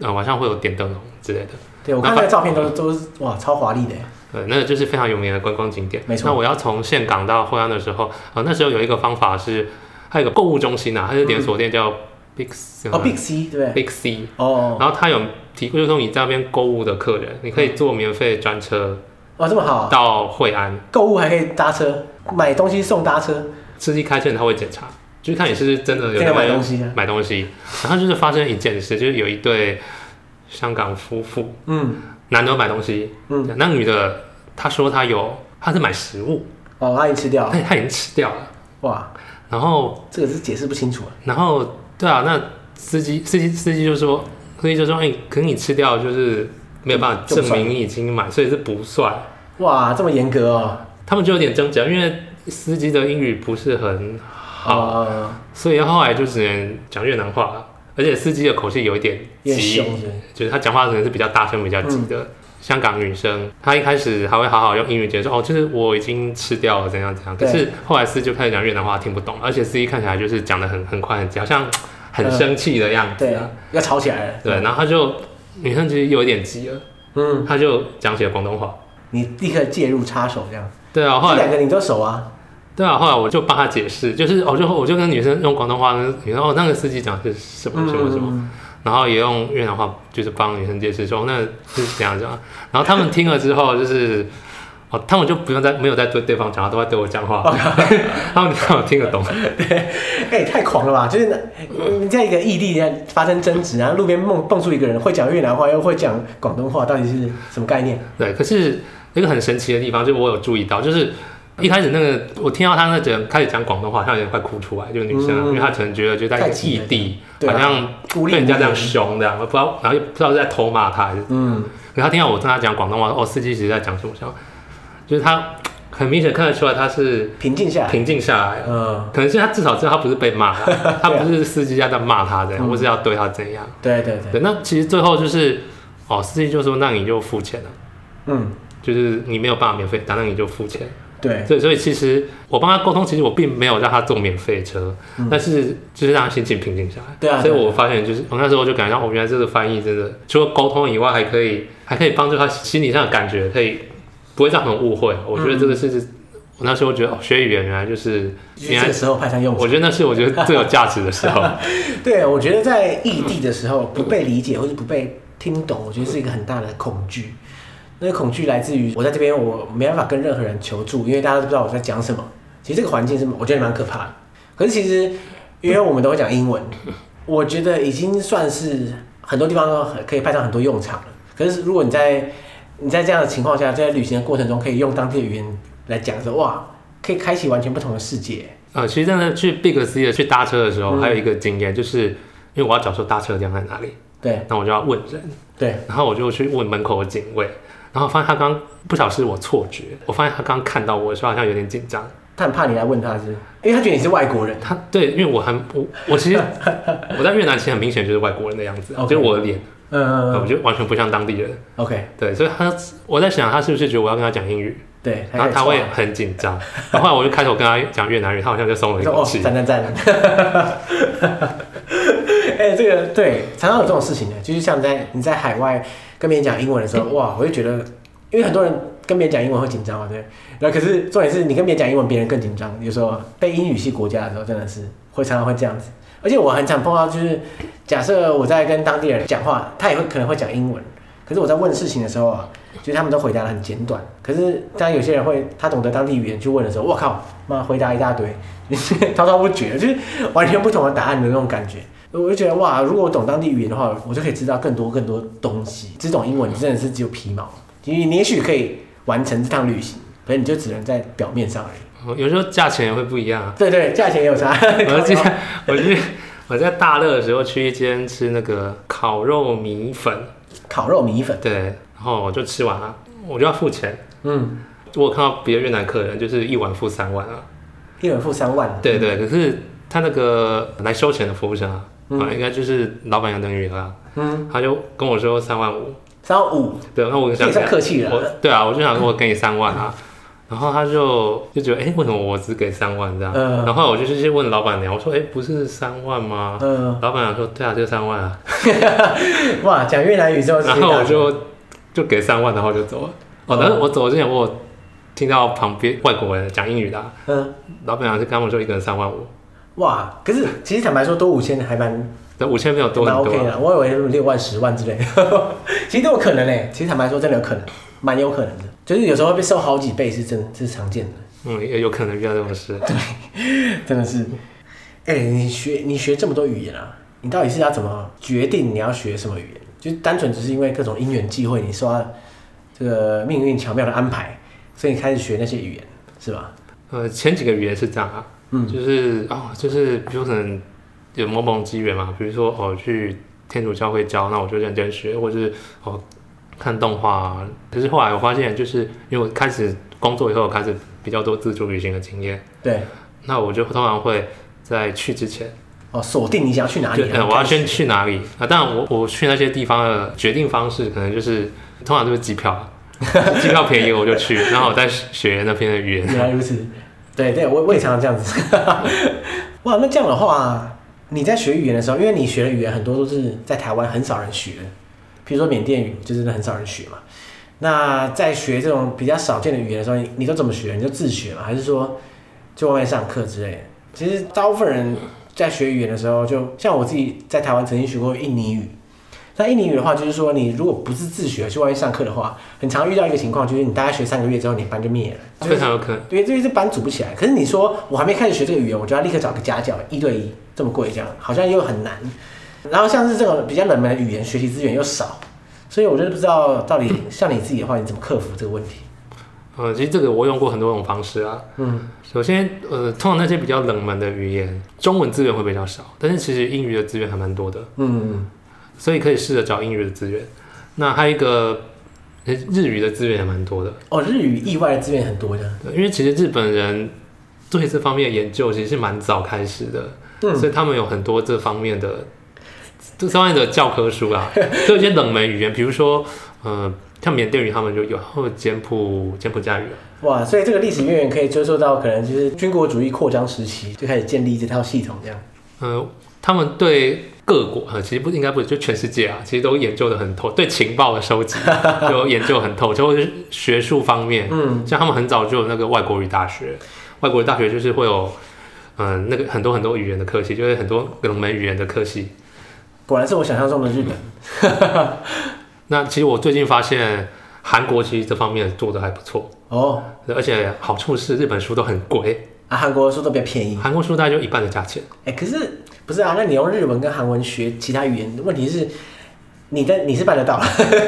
Speaker 1: 呃，晚上会有点灯笼之类的。
Speaker 2: 对，我看那个照片都都是哇，超华丽的耶。欸
Speaker 1: 对，那个就是非常有名的观光景点。
Speaker 2: 没错
Speaker 1: 那我要从岘港到惠安的时候，呃，那时候有一个方法是，它有一个购物中心啊，它是连锁店叫 Big C，
Speaker 2: 哦，Big C 对不对？
Speaker 1: 啊 Big C，
Speaker 2: 哦
Speaker 1: 然后它有提供，就是说你在那边购物的客人，你可以坐免费专车
Speaker 2: 哦，这么好，
Speaker 1: 到惠安，
Speaker 2: 购物还可以搭车，买东西送搭车，
Speaker 1: 司机开车他会检查，就是看你是不是真的有
Speaker 2: 这个买
Speaker 1: 在
Speaker 2: 东西啊。
Speaker 1: 买东西。然后就是发生一件事，就是有一对香港夫妇，
Speaker 2: 嗯
Speaker 1: 男的买东西，
Speaker 2: 嗯
Speaker 1: 那女的她说她有。他是买食物，
Speaker 2: 哦，阿姨吃掉
Speaker 1: 他，他已经吃掉了，
Speaker 2: 哇，
Speaker 1: 然后
Speaker 2: 这个是解释不清楚啊。
Speaker 1: 然后对啊，那司机司机司机就说，司机就说，哎、可是你吃掉就是没有办法
Speaker 2: 这不
Speaker 1: 证
Speaker 2: 算
Speaker 1: 明你已经买，所以是不算。
Speaker 2: 哇，这么严格哦。
Speaker 1: 他们就有点挣扎，因为司机的英语不是很好，
Speaker 2: 呃，
Speaker 1: 所以后来就只能讲越南话了。而且司机的口气有一点
Speaker 2: 有点
Speaker 1: 急，
Speaker 2: 凶是不是
Speaker 1: 就是他讲话可能是比较大声、比较急的。香港女生，她一开始还会好好用英语解释，哦，就是我已经吃掉了怎样怎样。可
Speaker 2: 对
Speaker 1: 是后来司机就开始讲越南话，听不懂，而且司机看起来就是讲的很很快很急，好像很生气的样子
Speaker 2: 嗯对
Speaker 1: 啊。，
Speaker 2: 要吵起来了。
Speaker 1: 对，然后他就女生其实有一点急了，
Speaker 2: 嗯，
Speaker 1: 他就讲起了广东话。
Speaker 2: 你立刻介入插手这样。
Speaker 1: 对啊，后
Speaker 2: 这
Speaker 1: 来
Speaker 2: 两个你都熟啊？
Speaker 1: 对啊，后来我就帮他解释，就是我就我就跟女生用广东话，女生哦那个司机讲是什么什么什么，
Speaker 2: 嗯，
Speaker 1: 然后也用越南话就是帮女生解释说那是怎样怎样，然后他们听了之后就是。哦，他们就不用再没有再对对方讲话，都在对我 讲话。他们他们听得懂，
Speaker 2: 哎、太狂了吧！就是那你在一个异地发生争执，然后路边蹦蹦出一个人会讲越南话，又会讲广东话，到底是什么概念？
Speaker 1: 对。可是一个很神奇的地方，就是我有注意到，就是一开始那个我听到他那讲开始讲广东话，他有点快哭出来，就是女生啊，
Speaker 2: 嗯
Speaker 1: 因为她可能觉得就在
Speaker 2: 太
Speaker 1: 一个
Speaker 2: 急
Speaker 1: 异
Speaker 2: 了
Speaker 1: 地，
Speaker 2: 对啊
Speaker 1: 好像
Speaker 2: 孤
Speaker 1: 被
Speaker 2: 立
Speaker 1: 人家这样
Speaker 2: 无援
Speaker 1: 凶这样，我不知道，然后又不知道是在偷骂他还是
Speaker 2: 嗯，
Speaker 1: 可他听到我跟他讲广东话，哦，司机其实在讲什么？想就是他很明显看得出来他是
Speaker 2: 平静下来。
Speaker 1: 平静下来了，
Speaker 2: 嗯，
Speaker 1: 可能是他至少知道他不是被骂了，他不是司机在那骂他
Speaker 2: 嗯
Speaker 1: 这样，或是要对他怎样。
Speaker 2: 对对对，
Speaker 1: 对，那其实最后就是，哦，司机就说那你就付钱了，
Speaker 2: 嗯，
Speaker 1: 就是你没有办法免费打，那你就付钱。
Speaker 2: 对，
Speaker 1: 对，所以其实我帮他沟通，其实我并没有让他坐免费车，但是就是让他心情平静下来。
Speaker 2: 嗯对啊
Speaker 1: 所以
Speaker 2: 对啊
Speaker 1: 我发现就是我那时候就感觉到，哦，原来这个翻译真的除了沟通以外，还可以还可以帮助他心理上的感觉，可以不会让人误会。我觉得这个是、我那时候觉得、哦、学语言原来就是
Speaker 2: 就是
Speaker 1: 原
Speaker 2: 这
Speaker 1: 来
Speaker 2: 个，时候派上用
Speaker 1: 我
Speaker 2: 场。
Speaker 1: 觉得那是我觉得最有价值的 时候。
Speaker 2: 对，我觉得在异地的时候不被理解或者不被听懂，我觉得是一个很大的恐惧。那个恐惧来自于我在这边我没办法跟任何人求助，因为大家都不知道我在讲什么。其实这个环境是我觉得蛮可怕的。可是其实因为我们都会讲英文，我觉得已经算是很多地方都可以派上很多用场了。可是如果你在你在这样的情况下，在旅行的过程中可以用当地的语言来讲的时候，哇，可以开启完全不同的世界。
Speaker 1: 呃，其实真的去 Big C 的去搭车的时候，还有一个经验，就是因为我要找出搭车的地方在哪里，
Speaker 2: 对
Speaker 1: 那我就要问人。
Speaker 2: 对，
Speaker 1: 然后我就去问门口的警卫，然后发现他刚不小心我错觉，我发现他刚看到我的时候好像有点紧张。
Speaker 2: 他很怕你来问他是不是，因为他觉得你是外国人。
Speaker 1: 他对，因为我还我我其实我在越南其实很明显就是外国人的样子，
Speaker 2: OK
Speaker 1: 就是我的脸，
Speaker 2: 嗯
Speaker 1: 我就完全不像当地人。
Speaker 2: ，OK，
Speaker 1: 对，所以他我在想他是不是觉得我要跟他讲英语，
Speaker 2: 对，
Speaker 1: 然后他会很紧张。然后后来我就开头跟他讲越南语，他好像就松了
Speaker 2: 我
Speaker 1: 一
Speaker 2: 说
Speaker 1: 口
Speaker 2: 哦，
Speaker 1: 气。
Speaker 2: 赞赞赞！ 哎、这个对，常常有这种事情的，就是像在你在海外跟别人讲英文的时候，哇，我就觉得，因为很多人跟别人讲英文会紧张嘛，对。然后可是重点是你跟别人讲英文，别人更紧张。有时候被英语系国家的时候，真的是会常常会这样子。而且我很常碰到，就是假设我在跟当地人讲话，他也会可能会讲英文，可是我在问事情的时候啊，就是他们都回答的很简短。可是当然有些人会，他懂得当地语言去问的时候，我靠，妈回答一大堆， 滔滔不绝，就是完全不同的答案的那种感觉。我就觉得哇，如果我懂当地语言的话，我就可以知道更多更多东西。只懂英文，你真的是只有皮毛。你你也许可以完成这趟旅行，可是你就只能在表面上而已。
Speaker 1: 嗯有时候价钱也会不一样啊。
Speaker 2: 对对，价钱也有差。
Speaker 1: 我记得我去我在大乐的时候去一间吃那个烤肉米粉，
Speaker 2: 烤肉米粉，
Speaker 1: 对，然后我就吃完了，我就要付钱。
Speaker 2: 嗯，
Speaker 1: 我有看到别的越南客人就是一碗付三万啊，
Speaker 2: 一人付三万。
Speaker 1: 对对，可是他那个来收钱的服务生啊，啊应该就是老板杨登云啊，
Speaker 2: 嗯，
Speaker 1: 他就跟我说三万五，
Speaker 2: 三万五，
Speaker 1: 对，那我就想
Speaker 2: 这也太客气了
Speaker 1: 我对啊，我就想说我给你三万啊。然后他就就觉得，哎，为什么我只给三万这样？
Speaker 2: 嗯
Speaker 1: 然后我就是去问老板娘，我说，哎，不是三万吗？
Speaker 2: 嗯，
Speaker 1: 老板娘说，对啊，就三万啊。
Speaker 2: 哇，讲越南语之后直接打
Speaker 1: 然
Speaker 2: 折，
Speaker 1: 后我就就给三万，然后就走了。哦，但是我走之前，我有听到旁边外国人讲英语的啊、
Speaker 2: 嗯，
Speaker 1: 老板娘就跟他们说一个人三万五，
Speaker 2: 哇，可是其实坦白说，多五千还蛮
Speaker 1: 对，五千没有多
Speaker 2: 蛮
Speaker 1: 很
Speaker 2: OK
Speaker 1: 多、啊。
Speaker 2: 的，我以为六万、十万之类 的，其实都有可能嘞。其实坦白说，真的有可能，蛮有可能的。就是有时候会被收好几倍，是真的，这是常见的，
Speaker 1: 嗯，也有可能遇到这种事。
Speaker 2: 真的是。哎、你学你学这么多语言啊，你到底是要怎么决定你要学什么语言？就是单纯只是因为各种因缘际会，你受到这个命运巧妙的安排，所以你开始学那些语言是吧？
Speaker 1: 呃，前几个语言是这样啊，
Speaker 2: 嗯
Speaker 1: 就是哦，就是比如可能有某种机缘嘛，比如说哦去天主教会教，那我就认真学，或者是哦看动画、啊。可是后来我发现，就是因为我开始工作以后，我开始比较多自助旅行的经验，
Speaker 2: 对，
Speaker 1: 那我就通常会在去之前，
Speaker 2: 哦，锁定你想要去哪里啊
Speaker 1: 就、，呃、我要先
Speaker 2: 先
Speaker 1: 去哪里啊？当然我，我去那些地方的决定方式，可能就是通常就是机票 啊，机票便宜我就 去，然后我再学那边的语言。
Speaker 2: 原来如此，对对，我我也常常这样子。 哇，那这样的话，你在学语言的时候，因为你学的语言很多都是在台湾很少人学的，比如说缅甸语，就真的很少人学嘛。那在学这种比较少见的语言的时候，你你都怎么学？你就自学嘛，还是说就外面上课之类的？其实大部分人在学语言的时候就，像我自己在台湾曾经学过印尼语。那印尼语的话，就是说你如果不是自学去外面上课的话，很常遇到一个情况，就是你大概学三个月之后，你班就灭了。
Speaker 1: 非常有可能，
Speaker 2: 对，因为这班组不起来。可是你说我还没开始学这个语言，我就要立刻找个家教一对一，这么贵，这样好像又很难。然后像是这种比较冷门的语言，学习资源又少，所以我就不知道到底像你自己的话，你怎么克服这个问题？
Speaker 1: 呃，其实这个我用过很多种方式啊。
Speaker 2: 嗯，
Speaker 1: 首先，呃，通常那些比较冷门的语言，中文资源会比较少，但是其实英语的资源还蛮多的，
Speaker 2: 嗯，
Speaker 1: 所以可以试着找英语的资源。那还有一个，呃日语的资源也蛮多的，
Speaker 2: 哦，日语意外的资源很多的，
Speaker 1: 对因为其实日本人对这方面的研究其实是蛮早开始的，所以他们有很多这方面的这方面的教科书啊，就有一些冷门语言，比如说，呃，像缅甸语他们就有，或者柬埔柬埔寨语啊、
Speaker 2: 哇！所以这个历史渊源可以追溯到可能就是军国主义扩张时期就开始建立这套系统，这样。
Speaker 1: 呃，他们对各国呃，其实不应该不是，就全世界啊，其实都研究的很透，对情报的收集就研究很透，就是学术方面，
Speaker 2: 嗯，
Speaker 1: 像他们很早就有那个外国语大学，外国语大学就是会有。嗯，那个很多很多语言的科系，就是很多冷门语言的科系。
Speaker 2: 果然是我想象中的日本。
Speaker 1: 那其实我最近发现，韩国其实这方面做的还不错，
Speaker 2: 哦，
Speaker 1: 而且好处是日本书都很贵，
Speaker 2: 啊，韩国书都比较便宜。
Speaker 1: 韩国书大概就一半的价钱。
Speaker 2: 哎、可是不是啊？那你用日文跟韩文学其他语言，问题是你在你是办得到，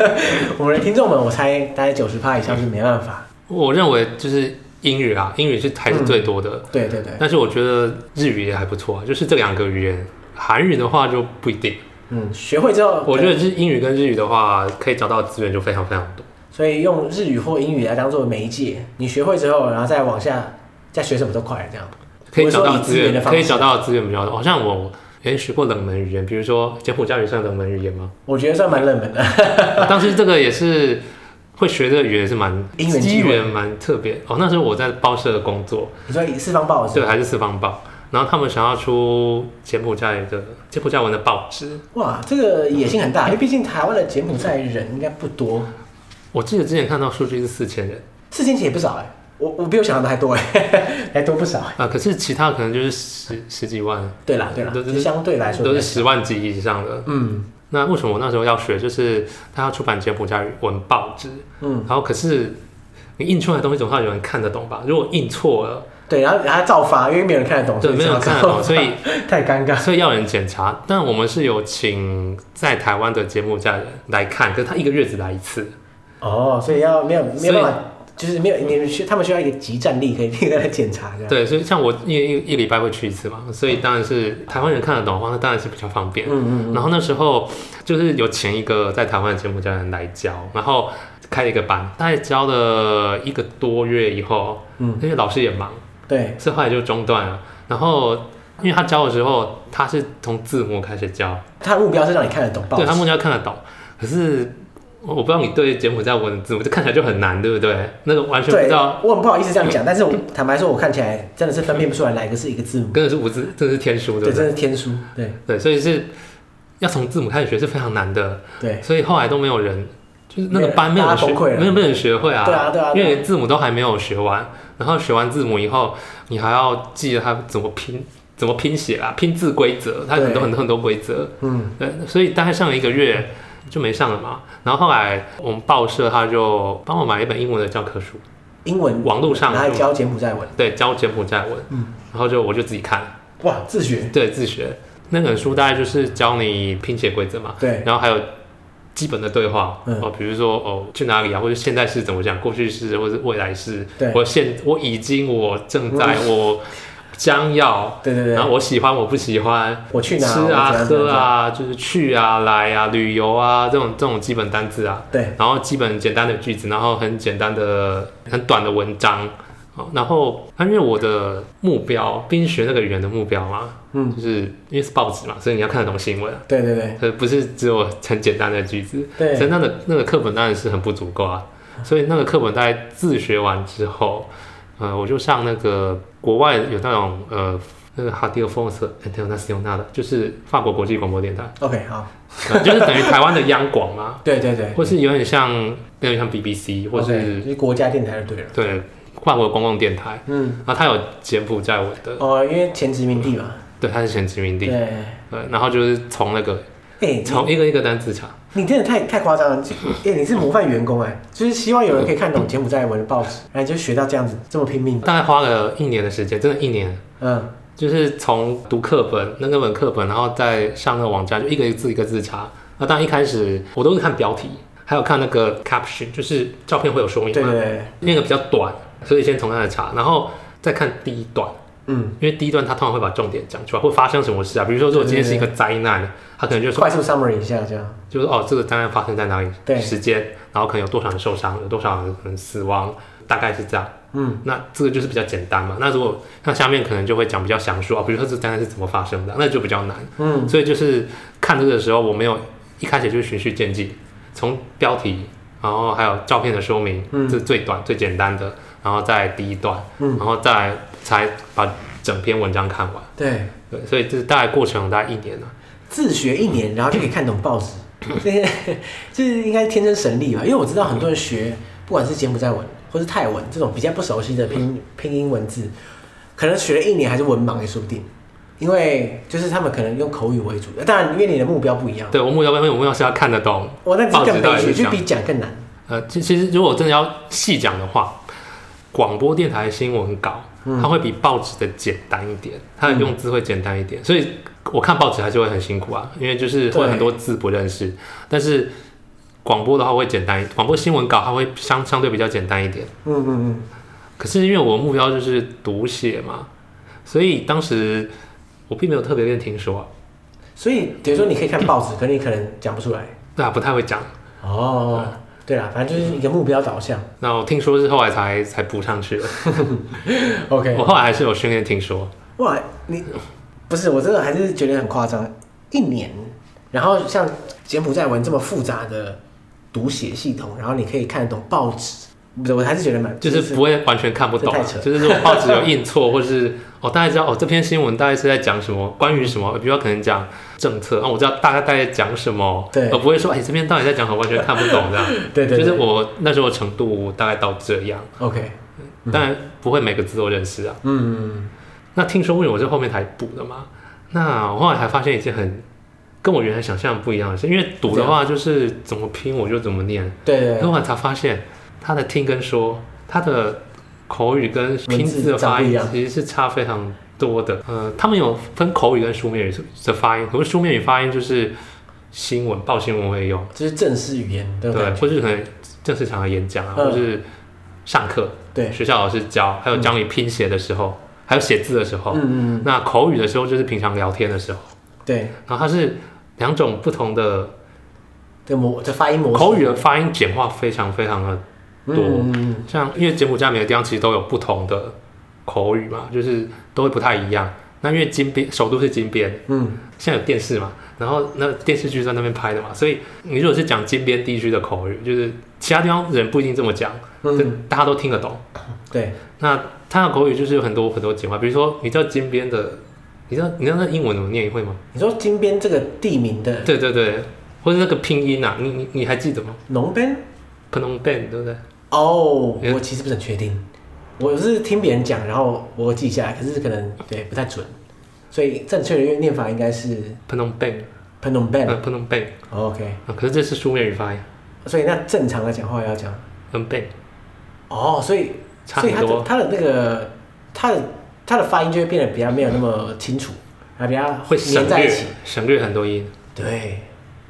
Speaker 2: 我们的听众们，我猜大概九十趴以上是没办法。
Speaker 1: 我认为就是英语啊，英语是还是最多的，
Speaker 2: 对对对，
Speaker 1: 但是我觉得日语也还不错啊，就是这两个语言。韩语的话就不一定，
Speaker 2: 嗯，学会之后，
Speaker 1: 我觉
Speaker 2: 对，
Speaker 1: 得是英语跟日语的话，可以找到的资源就非常非常多。
Speaker 2: 所以用日语或英语来当做媒介，你学会之后，然后再往下再学什么都快，这样。
Speaker 1: 可以找
Speaker 2: 我
Speaker 1: 到
Speaker 2: 是说以资
Speaker 1: 资
Speaker 2: 源的
Speaker 1: 源，
Speaker 2: 方
Speaker 1: 可
Speaker 2: 式
Speaker 1: 以找到的资源比较多。好像我也学过冷门语言，比如说柬埔寨语算冷门语言吗？
Speaker 2: 我觉得算蛮冷门的。
Speaker 1: 当时这个也是会学这个语言是蛮
Speaker 2: 因缘
Speaker 1: 机
Speaker 2: 际会
Speaker 1: 缘蛮特别哦。那时候我在报社工作，
Speaker 2: 你说以四方报纸，
Speaker 1: 对，还是四方报，然后他们想要出柬埔寨的柬埔寨文的报纸。
Speaker 2: 哇，这个野心很大，因哎为毕竟台湾的柬埔寨人应该不多，
Speaker 1: 我记得之前看到数据是四千人
Speaker 2: 四千起也不少哎、我我比我想象的还多哎、 还多不少哎、
Speaker 1: 啊、可是其他可能就是十十几万，
Speaker 2: 对啦对啦，
Speaker 1: 都是
Speaker 2: 就相对来说
Speaker 1: 都
Speaker 2: 比
Speaker 1: 是
Speaker 2: 较
Speaker 1: 十万级以上的。
Speaker 2: 嗯
Speaker 1: 那为什么我那时候要学？就是他要出版柬埔寨文报纸，
Speaker 2: 嗯。
Speaker 1: 然后可是你印出来的东西总要有人看得懂吧？如果印错了，
Speaker 2: 对，然后然后照发，因为没有人看得懂，
Speaker 1: 对，没有人看得懂，所 以
Speaker 2: 太尴尬。
Speaker 1: 所以要有人检查。但我们是有请在台湾的节目家人来看，可是他一个月只来一次，
Speaker 2: 哦，所以要没有没
Speaker 1: 所以
Speaker 2: 有办法，就是没有你们需他们需要一个集战力，可以 立刻来检查这样。
Speaker 1: 对，所以像我一一一礼拜会去一次嘛，所以当然是台湾人看得懂的话，那当然是比较方便。
Speaker 2: 嗯嗯
Speaker 1: 然后那时候就是有请一个在台湾的节目家人来教，然后开了一个班，大概教了一个多月以后，
Speaker 2: 嗯，
Speaker 1: 因为老师也忙，
Speaker 2: 对，
Speaker 1: 所以后来就中断了。然后因为他教的时候，他是从字幕开始教，
Speaker 2: 他的目标是让你看得懂报
Speaker 1: 对
Speaker 2: 纸
Speaker 1: 他。目前要看得懂，可是我我不知道你对柬埔寨文字，我就看起来就很难，对不对？那个完全不知道，
Speaker 2: 我很不好意思这样讲，但是我坦白说，我看起来真的是分辨不出来哪一个是一个字母。
Speaker 1: 真的是无字，真的是天 书，对
Speaker 2: 对，
Speaker 1: 不
Speaker 2: 真
Speaker 1: 对？
Speaker 2: 的是天书。对
Speaker 1: 对，所以是要从字母开始学是非常难的，
Speaker 2: 对
Speaker 1: 所以后来都没有人，就是那个班没
Speaker 2: 没有
Speaker 1: 有人
Speaker 2: 人大家
Speaker 1: 学，
Speaker 2: 崩溃了
Speaker 1: 没有没有人学会啊，
Speaker 2: 对啊对啊
Speaker 1: 因
Speaker 2: 对啊
Speaker 1: 为连字母都还没有学完，然后学完字母以后，你还要记得它怎么拼。怎么拼写啊？拼字规则，它有很多
Speaker 2: 对
Speaker 1: 很多很多规则。
Speaker 2: 嗯，
Speaker 1: 对，所以大概上了一个月就没上了嘛。然后后来我们报社他就帮我买了一本英文的教科书，
Speaker 2: 英文
Speaker 1: 网络上
Speaker 2: 拿来
Speaker 1: 就
Speaker 2: 教柬埔寨文，
Speaker 1: 对教柬埔寨文，
Speaker 2: 嗯
Speaker 1: 然后就我就自己看，
Speaker 2: 哇，自学。
Speaker 1: 对自学。那本书大概就是教你拼写规则嘛，
Speaker 2: 对
Speaker 1: 然后还有基本的对话，
Speaker 2: 嗯
Speaker 1: 哦，比如说哦去哪里啊，或者现在是怎么讲，过去式或者未来式，
Speaker 2: 对
Speaker 1: 我现我已经我正在我将要，
Speaker 2: 对对对，
Speaker 1: 然后我喜欢我不喜欢，
Speaker 2: 我去哪
Speaker 1: 吃啊
Speaker 2: 我怎样
Speaker 1: 喝，啊，就是去啊来啊旅游啊这种这种基本单字啊，
Speaker 2: 怎样
Speaker 1: 然后基本简单的句子，然后很简单的、很短的文章。哦然后，那因为我的目标，毕竟学那个语言的目标嘛，
Speaker 2: 嗯，
Speaker 1: 就是因为是报纸嘛，所以你要看得懂新闻啊，
Speaker 2: 对对对对
Speaker 1: 所以不是只有很简单的句子。
Speaker 2: 对
Speaker 1: 所以那个那个课本当然是很不足够啊，所以那个课本大概自学完之后，呃，我就上那个国外有那种呃那个 h a d i o f o n s e n t e r n a c i o n a 的，就是法国国际广播电台，
Speaker 2: ，OK 好，
Speaker 1: 呃就是等于台湾的央广嘛，
Speaker 2: 对对对，
Speaker 1: 或是有点像，有点像 BBC，或是
Speaker 2: OK，就是国家电台就对了，
Speaker 1: 对法国公共电台，啊
Speaker 2: 嗯，
Speaker 1: 然后它有柬埔寨文的，
Speaker 2: 哦，因为前殖民地嘛，
Speaker 1: 对，它是前殖民地，
Speaker 2: 对，
Speaker 1: 对，然后就是从那个
Speaker 2: 哎，
Speaker 1: 从一个一个单词查，
Speaker 2: 你真的太太夸张了！哎、你是模范员工哎、就是希望有人可以看懂柬埔寨文的报纸，哎然后你就学到这样子这么拼命。
Speaker 1: 大概花了一年的时间，真的一年，
Speaker 2: 嗯，
Speaker 1: 就是从读课本那个本课本，然后再上那个网站，就一个字一个字查。那当然一开始我都是看标题，还有看那个 caption，就是照片会有说
Speaker 2: 对
Speaker 1: 明
Speaker 2: 对
Speaker 1: 嘛，
Speaker 2: 对，
Speaker 1: 那个比较短，所以先从那里查，然后再看第一段。
Speaker 2: 嗯，
Speaker 1: 因为第一段他通常会把重点讲出来，会发生什么事啊？比如说，如果今天是一个灾难，他可能就说，
Speaker 2: 快速 summary 一下这样。
Speaker 1: 就是哦，这个灾难发生在哪里，
Speaker 2: 对
Speaker 1: 时间，然后可能有多少人受伤，有多少人可能死亡，大概是这样。
Speaker 2: 嗯，
Speaker 1: 那这个就是比较简单嘛。那如果像下面可能就会讲比较详述啊，比如说这灾难是怎么发生的，那就比较难。
Speaker 2: 嗯，
Speaker 1: 所以就是看这个的时候，我没有一开始就循序渐进，从标题，然后还有照片的说明，
Speaker 2: 嗯
Speaker 1: 这是最短最简单的，然后再第一段，
Speaker 2: 嗯
Speaker 1: 然后再来才把整篇文章看完。
Speaker 2: 对，
Speaker 1: 对，所以这大概过程大概一年了。
Speaker 2: 自学一年，然后就可以看懂报 纸，这些就是应该是天生神力吧？因为我知道很多人学，不管是柬埔寨文或是泰文这种比较不熟悉的
Speaker 1: 嗯
Speaker 2: 拼拼音文字，可能学了一年还是文盲也说不定，因为就是他们可能用口语为主，当然因为你的目标不一样。
Speaker 1: 对我目标，因为我目标是要看得懂。
Speaker 2: 我那只是更
Speaker 1: 报
Speaker 2: 悲
Speaker 1: 纸到底
Speaker 2: 剧，
Speaker 1: 是
Speaker 2: 就比讲更难。
Speaker 1: 呃，其其实如果真的要细讲的话，广播电台新闻稿
Speaker 2: 嗯
Speaker 1: 它会比报纸的简单一点，它的用字会简单一点，所以我看报纸还是会很辛苦啊，因为就是会
Speaker 2: 对
Speaker 1: 很多字不认识。但是广播的话会简单一，广播新闻稿它会相相对比较简单一点。
Speaker 2: 嗯嗯
Speaker 1: 可是因为我目标就是读写嘛，所以当时我并没有特别练听说、啊，
Speaker 2: 嗯，所以比如说你可以看报纸，可你可能讲不出来。
Speaker 1: 对啊，不太会讲。
Speaker 2: 哦，对啦，反正就是一个目标导向。
Speaker 1: 那我听说是后来才才补上去的，
Speaker 2: OK，
Speaker 1: 我后来还是有训练听说，
Speaker 2: 哇，你不是我真的还是觉得很夸张，一年，然后像柬埔寨文这么复杂的读写系统，然后你可以看得懂报纸，不是我还是觉得蛮
Speaker 1: 就是不会完全看不懂啊、
Speaker 2: 这太扯
Speaker 1: 就是如果报纸有印错，或是我、哦、大概知道哦这篇新闻大概是在讲什么，关于什么，比如说可能讲政策，啊、我知道大概大概讲什么，
Speaker 2: 对
Speaker 1: 我不会说哎这篇到底在讲什么，完全看不懂这样，
Speaker 2: 对对
Speaker 1: 就
Speaker 2: 对，
Speaker 1: 是我那时候程度大概到这样，
Speaker 2: OK，
Speaker 1: 当然不会每个字都认识啊。
Speaker 2: 嗯，
Speaker 1: 那听说因为我是后面才补的嘛，那我后来还发现一件很跟我原来想象不一样的事，因为读的话就是怎么拼我就怎么念。
Speaker 2: 对对
Speaker 1: 然
Speaker 2: 对
Speaker 1: 后我才发现，他的听跟说，他的口语跟拼字的发
Speaker 2: 文字长不一
Speaker 1: 音
Speaker 2: 样
Speaker 1: 其实是差非常多的。呃，他们有分口语跟书面语的发音，可是书面语发音就是新闻报新闻会用，
Speaker 2: 就是正式语言的
Speaker 1: 对，
Speaker 2: 感觉，
Speaker 1: 或是可能正式场合演讲啊，
Speaker 2: 嗯
Speaker 1: 或是上课，
Speaker 2: 对，嗯
Speaker 1: 学校老师教，还有教你拼写的时候，还有写字的时候。
Speaker 2: 嗯嗯
Speaker 1: 那口语的时候就是平常聊天的时候，
Speaker 2: 嗯，对，
Speaker 1: 然后它是两种不同的
Speaker 2: 这模这发音模式，
Speaker 1: 口语的发音简化非常非常的
Speaker 2: 嗯
Speaker 1: 多
Speaker 2: 嗯嗯嗯
Speaker 1: 像因为柬埔寨每个地方其实都有不同的口语嘛，就是都会不太一样。那因为金边首都是金边，
Speaker 2: 嗯。
Speaker 1: 现在有电视嘛，然后那电视剧在那边拍的嘛，所以你如果是讲金边地区的口语，就是其他地方人不一定这么讲，但
Speaker 2: 嗯，
Speaker 1: 大家都听得懂。
Speaker 2: 对，
Speaker 1: 那它的口语就是有很多很多简化，比如说你知道金边的，你知道你知道那英文怎么念你会吗？
Speaker 2: 你说金边这个地名的
Speaker 1: 对对对，或者那个拼音啊，你你你还记得吗
Speaker 2: 农边
Speaker 1: ？Phnom Penh 对不对？
Speaker 2: 哦，
Speaker 1: 嗯
Speaker 2: 我其实不是很确定，我是听别人讲，然后我记下来，可是可能对不太准，所以正确的念法应该是
Speaker 1: Phnom Penh，
Speaker 2: Phnom p
Speaker 1: 呃
Speaker 2: e n
Speaker 1: ，Phnom Penh，
Speaker 2: OK，
Speaker 1: 啊可是这是书面语发音
Speaker 2: 所以那正常的讲话要讲
Speaker 1: ，Phnom Penh。
Speaker 2: 哦，所以
Speaker 1: 差
Speaker 2: 所以
Speaker 1: 很
Speaker 2: 它的
Speaker 1: 多。
Speaker 2: 它的那个它的它的发音就会变得比较没有那么清楚，还比较
Speaker 1: 会省
Speaker 2: 粘在一
Speaker 1: 略
Speaker 2: 起，
Speaker 1: 省略很多音，
Speaker 2: 对，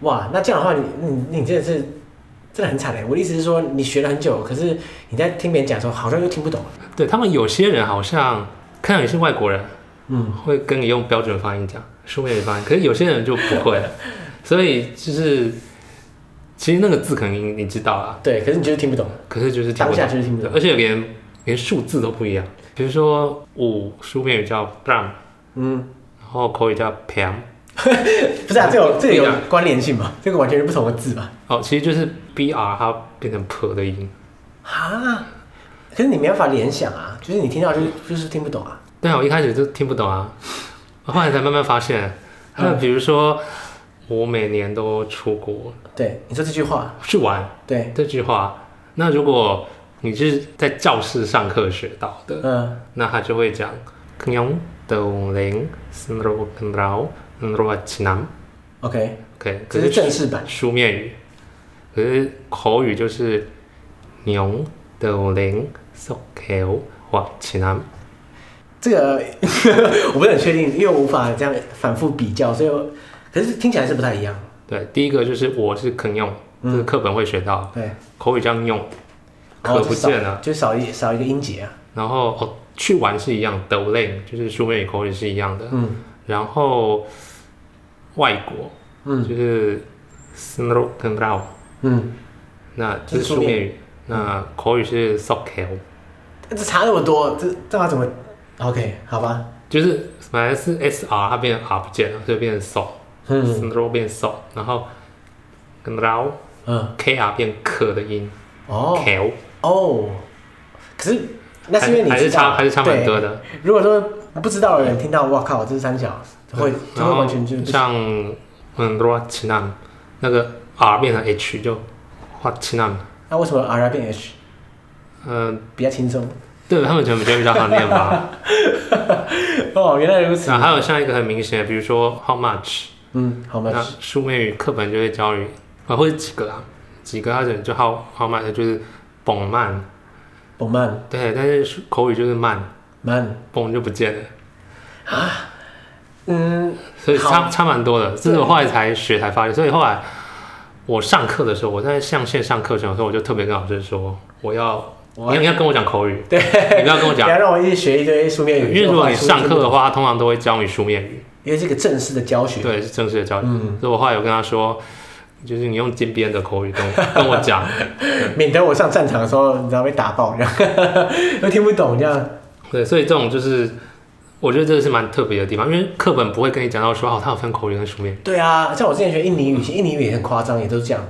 Speaker 2: 哇，那这样的话你，你你真的是真的很惨哎！我的意思是说，你学了很久，可是你在听别人讲的时候，好像又听不懂了。
Speaker 1: 对他们有些人好像看到你是外国人，
Speaker 2: 嗯，
Speaker 1: 会跟你用标准发音讲书面语发音，可是有些人就不 会了，所以就是其实那个字肯定你知道啊，
Speaker 2: 对，可是你就是听不懂，
Speaker 1: 可是就是听
Speaker 2: 当
Speaker 1: 不
Speaker 2: 下
Speaker 1: 懂，
Speaker 2: 就是听不
Speaker 1: 对
Speaker 2: 懂。
Speaker 1: 而且连连数字都不一样。比如说五，书面语叫 bram，
Speaker 2: 嗯，
Speaker 1: 然后口语叫 pam，
Speaker 2: 不是啊，这有这
Speaker 1: 不一
Speaker 2: 有
Speaker 1: 样
Speaker 2: 关联性吗？这个完全是不同的字吧？
Speaker 1: 哦，其实就是 br 它变成 p 的音。
Speaker 2: 啊，可是你没办法联想啊，就是你听到就是就是听不懂啊。
Speaker 1: 对啊，我一开始就听不懂啊，我后来才慢慢发现。那比如说，我每年都出国
Speaker 2: 对，你说这句话，
Speaker 1: 去玩
Speaker 2: 对，
Speaker 1: 这句话，那如果你是在教室上课学到的，
Speaker 2: 嗯，
Speaker 1: 那他就会讲 k n g d ling s n r o k n rao n r o c h nam。
Speaker 2: OK，
Speaker 1: OK，可
Speaker 2: 这是
Speaker 1: 是
Speaker 2: 正式版。
Speaker 1: 书面语，可是口语就是 n d ling so k l wa c h nam。
Speaker 2: 这个 我不是很确定，因为我无法这样反复比较，所以我可是听起来是不太一样。
Speaker 1: 对，第一个就是我是 k n 这
Speaker 2: 嗯
Speaker 1: 是课本会学到。
Speaker 2: 对，
Speaker 1: 口语这样用，
Speaker 2: 然后
Speaker 1: 可
Speaker 2: 就
Speaker 1: 不
Speaker 2: 少
Speaker 1: 见啊了。
Speaker 2: 就少一少一个音节啊。
Speaker 1: 然后哦，去玩是一样的 l i n 就是书面与口语是一样的。
Speaker 2: 嗯
Speaker 1: 然后外国，
Speaker 2: 嗯
Speaker 1: 就是 s n r o k n r a o
Speaker 2: 嗯，
Speaker 1: 那这
Speaker 2: 这是
Speaker 1: 是
Speaker 2: 书
Speaker 1: 书
Speaker 2: 面
Speaker 1: 面语。那口语是 s o k e l
Speaker 2: 这差那么多，这这要怎么？OK，好吧，
Speaker 1: 就是本来是 s r，它变成 r 不见了，所以变成 so。s
Speaker 2: 嗯
Speaker 1: n r o 变 so，然后 n r a o
Speaker 2: 嗯，
Speaker 1: k r 变 k 的音
Speaker 2: 哦
Speaker 1: k l
Speaker 2: 哦，可是那是因为你
Speaker 1: 还是
Speaker 2: 知道
Speaker 1: 差还是差蛮多的。
Speaker 2: 对如果说不知道的人听到，哇靠，这是三小，会就
Speaker 1: 然
Speaker 2: 会
Speaker 1: 后
Speaker 2: 完全就是不行
Speaker 1: 像嗯 r o c h i n a m 那个 R 变成 H 就 r o c h i n a m
Speaker 2: 那为什么 R 变 H
Speaker 1: 嗯，
Speaker 2: 比较轻松？
Speaker 1: 对他们可能比较比较好念吧。
Speaker 2: 哦，原来如此
Speaker 1: 然。后还有像一个很明显的，比如说 how much，
Speaker 2: 嗯，好
Speaker 1: 那
Speaker 2: 嘛，
Speaker 1: 书面语课本就会教你，啊或者几个啊，几个它可能就 how how much 就是蹦慢，
Speaker 2: 不慢
Speaker 1: 对，但是口语就是慢，
Speaker 2: 慢
Speaker 1: 蹦就不见了，
Speaker 2: 啊，嗯，
Speaker 1: 所以
Speaker 2: 好
Speaker 1: 差差蛮多的。这是我后来才学才发现，所以后来。我上课的时候，我在上线上课程的时候，我就特别跟老师说，我要
Speaker 2: 我
Speaker 1: 你要你要跟我讲口语，
Speaker 2: 对，
Speaker 1: 你不要跟我
Speaker 2: 不
Speaker 1: 讲，
Speaker 2: 要让我一直学一堆书面
Speaker 1: 因
Speaker 2: 语，
Speaker 1: 为如果你
Speaker 2: 这种话
Speaker 1: 上课的话，他通常都会教你书面语，
Speaker 2: 因为这个正式的教学，
Speaker 1: 对，是正式的教育。
Speaker 2: 嗯
Speaker 1: 所以我后来有跟他说，就是你用金边的口语跟我 跟我讲，
Speaker 2: 免得我上战场的时候，你知道被打爆这样， 又听不懂这样。
Speaker 1: 对，所以这种就是我觉得这个是蛮特别的地方，因为课本不会跟你讲到说哦，它有分口语跟书面语，
Speaker 2: 对啊，像我之前学印尼语，印尼语也很夸张，也都是这样。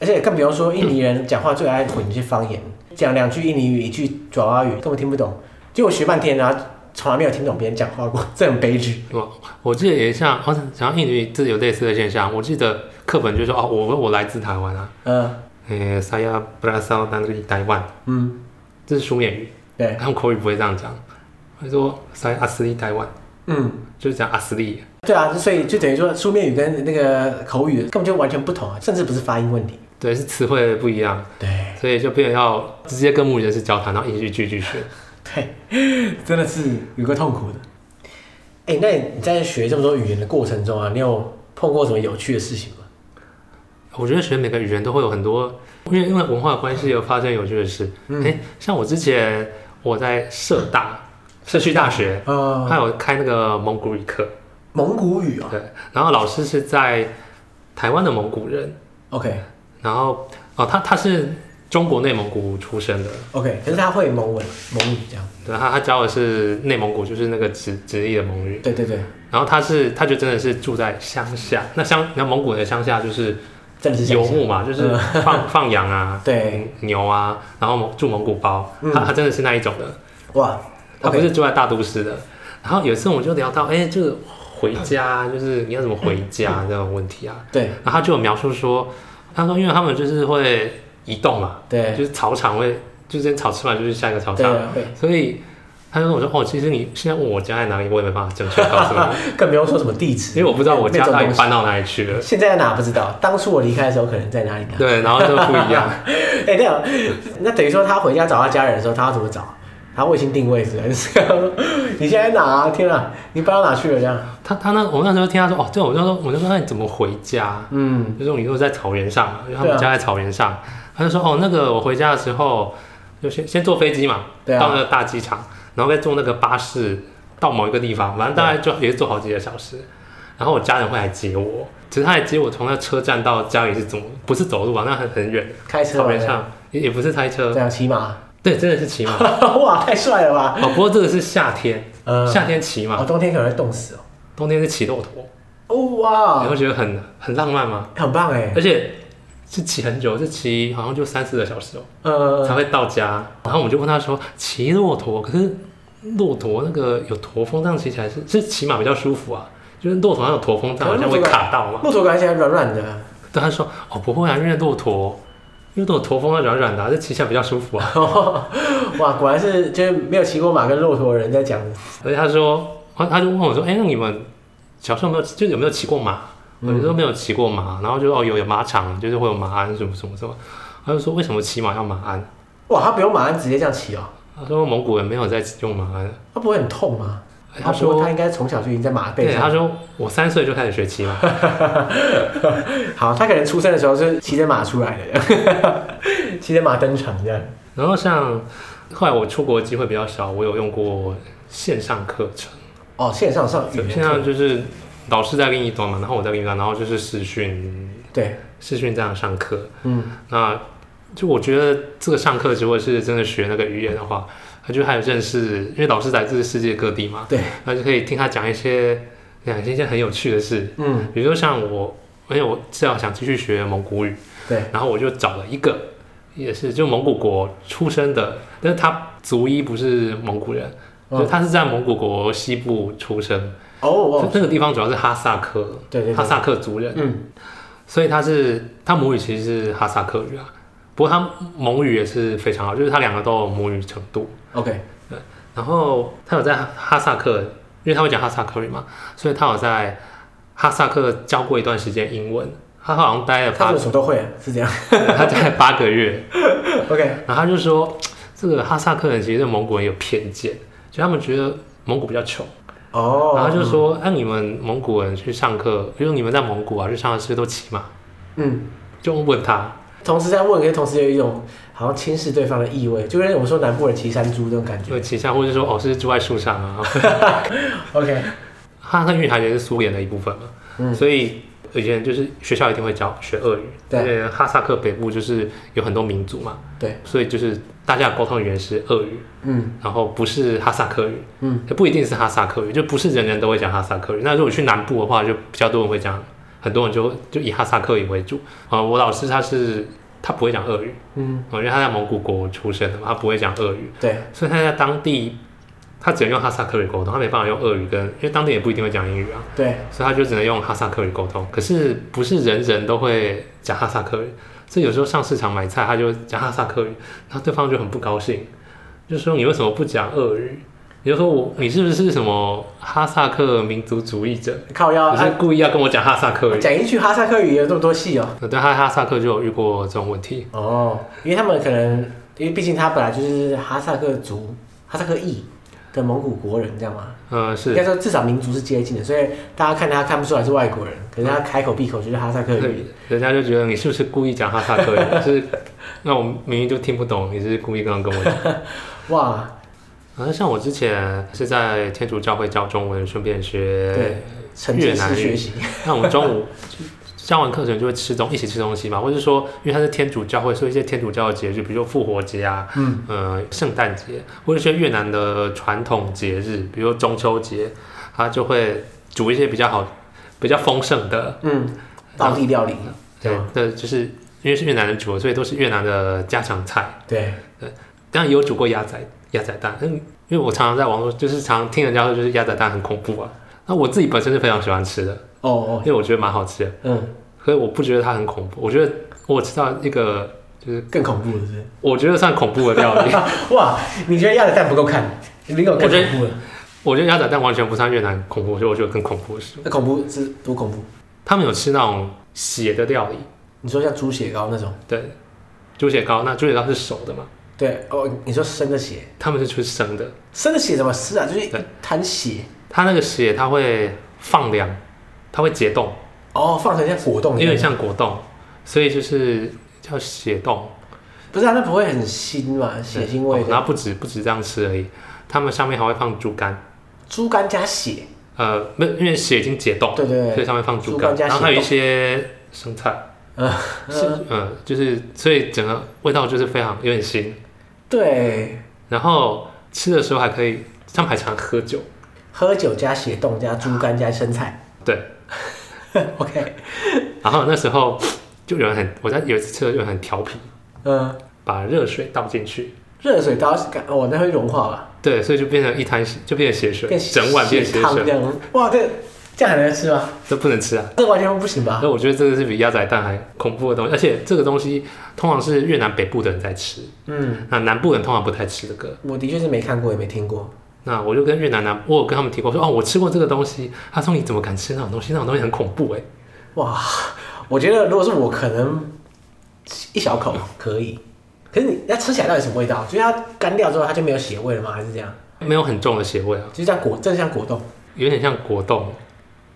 Speaker 2: 而且更不用说印尼人讲话最爱混一些方言，讲两句印尼语，一句爪哇语，根本听不懂。就我学半天，然后从来没有听懂别人讲话过，这很悲剧。
Speaker 1: 我记得也像好像像印尼这有类似的现象，我记得课本就说哦，我我来自台湾啊，
Speaker 2: 嗯
Speaker 1: 诶，沙亚布拉萨丹里台湾，
Speaker 2: 嗯，
Speaker 1: 这是书面语，
Speaker 2: 对，
Speaker 1: 他们口语不会这样讲，会说沙亚阿斯利台湾，
Speaker 2: 嗯。
Speaker 1: 就是讲阿斯利，
Speaker 2: 对啊，所以就等于说书面语跟那个口语根本就完全不同啊，甚至不是发音问题。
Speaker 1: 对，是词汇不一样。
Speaker 2: 对
Speaker 1: 所以就变成要直接跟母语人士交谈，然后一句句句学。
Speaker 2: 对， 真的是有个痛苦的。哎、那你你在学这么多语言的过程中啊，你有碰过什么有趣的事情吗？
Speaker 1: 我觉得学每个语言都会有很多，因为因为文化的关系有发生有趣的事。哎、像我之前我在社大社区大学，
Speaker 2: 呃，
Speaker 1: 还有开那个蒙古语课，
Speaker 2: 蒙古语啊、
Speaker 1: 对，然后老师是在台湾的蒙古人，
Speaker 2: OK
Speaker 1: 然后哦，他他是中国内蒙古出生的，
Speaker 2: OK，可是他会蒙文蒙语这样。
Speaker 1: 对，他他教的是内蒙古，就是那个直直译的蒙语。
Speaker 2: 对对对，
Speaker 1: 然后他是他就真的是住在乡下，那乡那蒙古人的乡下就是。
Speaker 2: 真的是
Speaker 1: 游
Speaker 2: 想象
Speaker 1: 牧嘛，就是放放羊啊，
Speaker 2: 对，
Speaker 1: 牛啊，然后蒙住蒙古包，他他真的是那一种的，
Speaker 2: 哇
Speaker 1: 他不
Speaker 2: OK
Speaker 1: 是住在大都市的。然后有一次我们就聊到，哎，这个回家就是你要怎么回家这种问题啊，
Speaker 2: 对
Speaker 1: 然后他就有描述说，他说因为他们就是会移动嘛，
Speaker 2: 对
Speaker 1: 就是草场会，就是草吃完就是下一个草
Speaker 2: 对啊
Speaker 1: 场，
Speaker 2: 会，
Speaker 1: 所以他就跟我说，哦，其实你现在问我家在哪里，我也没办法正确告诉 你，
Speaker 2: 更不用说什么地址，
Speaker 1: 因为我不知道我
Speaker 2: 那
Speaker 1: 家
Speaker 2: 种
Speaker 1: 到底
Speaker 2: 东西
Speaker 1: 搬到哪里去了，
Speaker 2: 现在在哪不知道，当初我离开的时候可能在哪里呢？
Speaker 1: 对，然后就不一样。
Speaker 2: 哎、对啊，那等于说他回家找他家人的时候，他要怎么找？他卫星定位是还是 你现在在哪啊？天啊，你搬到哪去了？这样，
Speaker 1: 他他那我那时候听他说哦，对，我就说我就说那你怎么回家？
Speaker 2: 嗯，
Speaker 1: 就是你如果在草原上嘛，因为他
Speaker 2: 对
Speaker 1: 们
Speaker 2: 啊
Speaker 1: 家在草原上，他就说哦，那个我回家的时候就先先坐飞机嘛，
Speaker 2: 对啊
Speaker 1: 到那个大机场，然后再坐那个巴士到某一个地方，反正大概就也是坐好几个小时。然后我家人会来接我，其实他来接我从那车站到家里是怎么不是走路啊，那很很远，
Speaker 2: 开车
Speaker 1: 草
Speaker 2: 吧
Speaker 1: 原上也也不是开车
Speaker 2: 这，样骑马，
Speaker 1: 对，真的是骑马。
Speaker 2: 哇，太帅了吧！
Speaker 1: 哦，不过这个是夏天，
Speaker 2: 嗯，
Speaker 1: 夏天骑
Speaker 2: 哦，
Speaker 1: 马，
Speaker 2: 冬天可能会冻死哦。
Speaker 1: 冬天是骑骆驼，
Speaker 2: 哦
Speaker 1: 你
Speaker 2: 哇，
Speaker 1: 会觉得很很浪漫吗？
Speaker 2: 很棒哎，
Speaker 1: 而且是骑很久，是骑好像就三四个小时哦、才
Speaker 2: 呃，
Speaker 1: 会到家。然后我们就问他说，骑骆驼，可是骆驼那个有驼峰，这样骑起来是是骑马比较舒服啊。就是骆驼上有驼峰，它好像会卡到嘛。
Speaker 2: 骆驼感觉起来软 软的，
Speaker 1: 对，他说哦不会啊，因为骆驼，因为都有驼峰，它软软的、啊，这骑起来比较舒服啊。
Speaker 2: 哇，果然是就是没有骑过马跟骆驼的人在讲的。
Speaker 1: 而且他说，他他就问我说，哎、那你们小时候有没有就有没有骑过马？我就说没有骑过马，然后就哦有有马场，就是会有马鞍什么什么什么。他就说为什么骑马要马鞍？
Speaker 2: 哇，他不用马鞍直接这样骑哦，
Speaker 1: 他说蒙古人没有在用马鞍，
Speaker 2: 他不会很痛吗？
Speaker 1: 哎他
Speaker 2: 不过
Speaker 1: 说
Speaker 2: 他应该从小就已经在马背
Speaker 1: 对，
Speaker 2: 上
Speaker 1: 他。说我三岁就开始学骑马，
Speaker 2: 好，他可能出生的时候是骑着马出来的， 骑着马登场这样。
Speaker 1: 然后像后来我出国机会比较少，我有用过线上课程，
Speaker 2: 哦，线上上语
Speaker 1: 对
Speaker 2: 言
Speaker 1: 线上
Speaker 2: 课，
Speaker 1: 就是老师在另一端嘛，然后我在另一端，然后就是视讯
Speaker 2: 对，
Speaker 1: 视讯这样上课，
Speaker 2: 嗯，
Speaker 1: 那就我觉得这个上课如果是真的学那个语言的话，他就还有认识，因为老师来自世界各地嘛，
Speaker 2: 对，
Speaker 1: 那就可以听他讲一些讲一些很有趣的事，
Speaker 2: 嗯，
Speaker 1: 比如说像我，因为我至少想继续学蒙古语，
Speaker 2: 对，
Speaker 1: 然后我就找了一个，也是就蒙古国出生的，但是他族裔不是蒙古人，
Speaker 2: 嗯
Speaker 1: 就他是在蒙古国西部出生，
Speaker 2: 哦
Speaker 1: 就
Speaker 2: 哦，
Speaker 1: 那个地方主要是哈萨克，
Speaker 2: 对对
Speaker 1: 哈
Speaker 2: 对，
Speaker 1: 萨克族人，
Speaker 2: 嗯，
Speaker 1: 所以他是他母语其实是哈萨克语啊，不过他蒙语也是非常好，就是他两个都有母语程度。
Speaker 2: ，OK，
Speaker 1: 然后他有在哈萨克，因为他会讲哈萨克语嘛，所以他有在哈萨克教过一段时间英文。他好像待了
Speaker 2: 他
Speaker 1: 八
Speaker 2: 们，什么都会，啊是这样
Speaker 1: 他待了八个月，
Speaker 2: ，OK，
Speaker 1: 然后他就说，这个哈萨克人其实对蒙古人有偏见，就他们觉得蒙古比较穷，
Speaker 2: 哦，
Speaker 1: 然后就说，哎、你们蒙古人去上课，比如你们在蒙古啊去上课是不是都骑马？
Speaker 2: 嗯，
Speaker 1: 就问他，
Speaker 2: 同时在问，可是同时有一种好像轻视对方的意味，就跟我们说南部人骑山猪这种 感觉
Speaker 1: 就骑下，或者说哦是住在树上啊，
Speaker 2: ，OK，
Speaker 1: 哈萨克语还也是苏联的一部分嘛，
Speaker 2: 嗯
Speaker 1: 所以有些人就是学校一定会教学俄语，
Speaker 2: 对
Speaker 1: 因为哈萨克北部就是有很多民族嘛，
Speaker 2: 对，
Speaker 1: 所以就是大家的沟通语言是俄语，
Speaker 2: 嗯
Speaker 1: 然后不是哈萨克语，
Speaker 2: 嗯，
Speaker 1: 也不一定是哈萨克语，就不是人人都会讲哈萨克语。那如果去南部的话，就比较多人会讲，很多人就就以哈萨克语为主。啊、我老师他是他不会讲俄语，
Speaker 2: 嗯，
Speaker 1: 哦因为他在蒙古国出生的嘛，他不会讲俄语，
Speaker 2: 对，
Speaker 1: 所以他在当地，他只能用哈萨克语沟通，他没办法用俄语跟，因为当地也不一定会讲英语啊，
Speaker 2: 对，
Speaker 1: 所以他就只能用哈萨克语沟通。可是不是人人都会讲哈萨克语，所以有时候上市场买菜，他就讲哈萨克语，然后对方就很不高兴，就说你为什么不讲俄语？你就说我你是不是什么哈萨克民族主义者？
Speaker 2: 靠腰，
Speaker 1: 你是
Speaker 2: 啊
Speaker 1: 故意要跟我讲哈萨克语？
Speaker 2: 讲一句哈萨克语有这么多戏哦，
Speaker 1: 对，他哈萨克就有遇过这种问题。
Speaker 2: 哦，因为他们可能，因为毕竟他本来就是哈萨克族、哈萨克裔的蒙古国人，这样嘛，
Speaker 1: 呃，是
Speaker 2: 应该说至少民族是接近的，所以大家看他看不出来是外国人，可是他开口闭口就是哈萨克
Speaker 1: 对
Speaker 2: 语。
Speaker 1: 人家就觉得你是不是故意讲哈萨克语？就是那我明明就听不懂，你是故意刚刚跟我讲。
Speaker 2: 哇，
Speaker 1: 然后啊像我之前是在天主教会教中文，顺便学
Speaker 2: 对，沉浸式学习，
Speaker 1: 那我们中午就上完课程就会吃东一起吃东西嘛，或者说因为它是天主教会，所以一些天主教的节日，比如说复活节啊，
Speaker 2: 嗯，
Speaker 1: 呃，圣诞节，或者一些越南的传统节日，比如说中秋节，它就会煮一些比较好、比较丰盛的
Speaker 2: 嗯，道地料理，对
Speaker 1: 对
Speaker 2: 吗？
Speaker 1: 对，就是因为是越南人煮的，所以都是越南的家常菜。
Speaker 2: 对，
Speaker 1: 当然也有煮过鸭仔鸭仔蛋，嗯，因为我常常在网络就是常听人家说就是鸭仔蛋很恐怖啊。那我自己本身是非常喜欢吃的，
Speaker 2: 哦哦，
Speaker 1: 因为我觉得蛮好吃的，
Speaker 2: 嗯，
Speaker 1: 所以我不觉得它很恐怖。我觉得我吃到一个就是
Speaker 2: 更恐怖的是
Speaker 1: 我觉得算恐怖的 料理，
Speaker 2: 不是，哇，你觉得鸭子蛋不够看，林狗更恐怖了，
Speaker 1: 我觉得鸭仔蛋完全不算越南恐怖，我觉得我觉得更恐怖的是，
Speaker 2: 那恐怖是多恐怖？
Speaker 1: 他们有吃那种血的料理，
Speaker 2: 你说像猪血糕那种，
Speaker 1: 对，猪血糕，那猪血糕是熟的嘛，
Speaker 2: 对哦，你说生的血，
Speaker 1: 他们是去生的，
Speaker 2: 生的血怎么吃啊？就是一
Speaker 1: 对
Speaker 2: 滩血
Speaker 1: 它那个血它会放凉，它会解冻，
Speaker 2: 哦，放成像果冻一
Speaker 1: 有
Speaker 2: 样
Speaker 1: 点，像果冻，所以就是叫血冻。
Speaker 2: 不是啊？那不会很腥嘛？血腥味
Speaker 1: 哦
Speaker 2: 的。
Speaker 1: 然后不止不止这样吃而已，他们上面还会放猪肝。
Speaker 2: 猪肝加血，
Speaker 1: 呃，没有，因为血已经解冻，
Speaker 2: 对对
Speaker 1: 所
Speaker 2: 对
Speaker 1: 以，上面放猪
Speaker 2: 猪
Speaker 1: 肝，
Speaker 2: 肝加
Speaker 1: 然后还有
Speaker 2: 血
Speaker 1: 一些生菜，
Speaker 2: 呃
Speaker 1: 是呃，就是所以整个味道就是非常有点腥。
Speaker 2: 对，
Speaker 1: 然后吃的时候还可以，他们还常喝酒，
Speaker 2: 喝酒加血冻加猪肝加生菜。
Speaker 1: 对。
Speaker 2: OK，
Speaker 1: 然后那时候就有人很，我在有一次吃的就很调皮，
Speaker 2: 嗯，
Speaker 1: 把热水倒进去，
Speaker 2: 热水刀是干哦，那会融化吧？
Speaker 1: 对，所以就变成一滩血，就变成血水，
Speaker 2: 变
Speaker 1: 整碗变血
Speaker 2: 血汤这
Speaker 1: 水，
Speaker 2: 样。哇，这这样还能吃吗？
Speaker 1: 这不能吃啊。
Speaker 2: 这完全不行吧？
Speaker 1: 那我觉得这个是比鸭仔蛋还恐怖的东西，而且这个东西通常是越南北部的人在吃，
Speaker 2: 嗯，
Speaker 1: 那南部人通常不太吃这个。
Speaker 2: 我的确是没看过，也没听过。
Speaker 1: 那我就跟越南男，我有跟他们提过说，哦，我吃过这个东西。他说你怎么敢吃那种东西？那种东西很恐怖哎、
Speaker 2: 哇，我觉得如果是我，可能一小口可以。可是你那吃起来到底什么味道？就是它干掉之后，它就没有血味了吗？还是这样？
Speaker 1: 没有很重的血味啊，
Speaker 2: 就是像果，真的像果冻
Speaker 1: 有点像果冻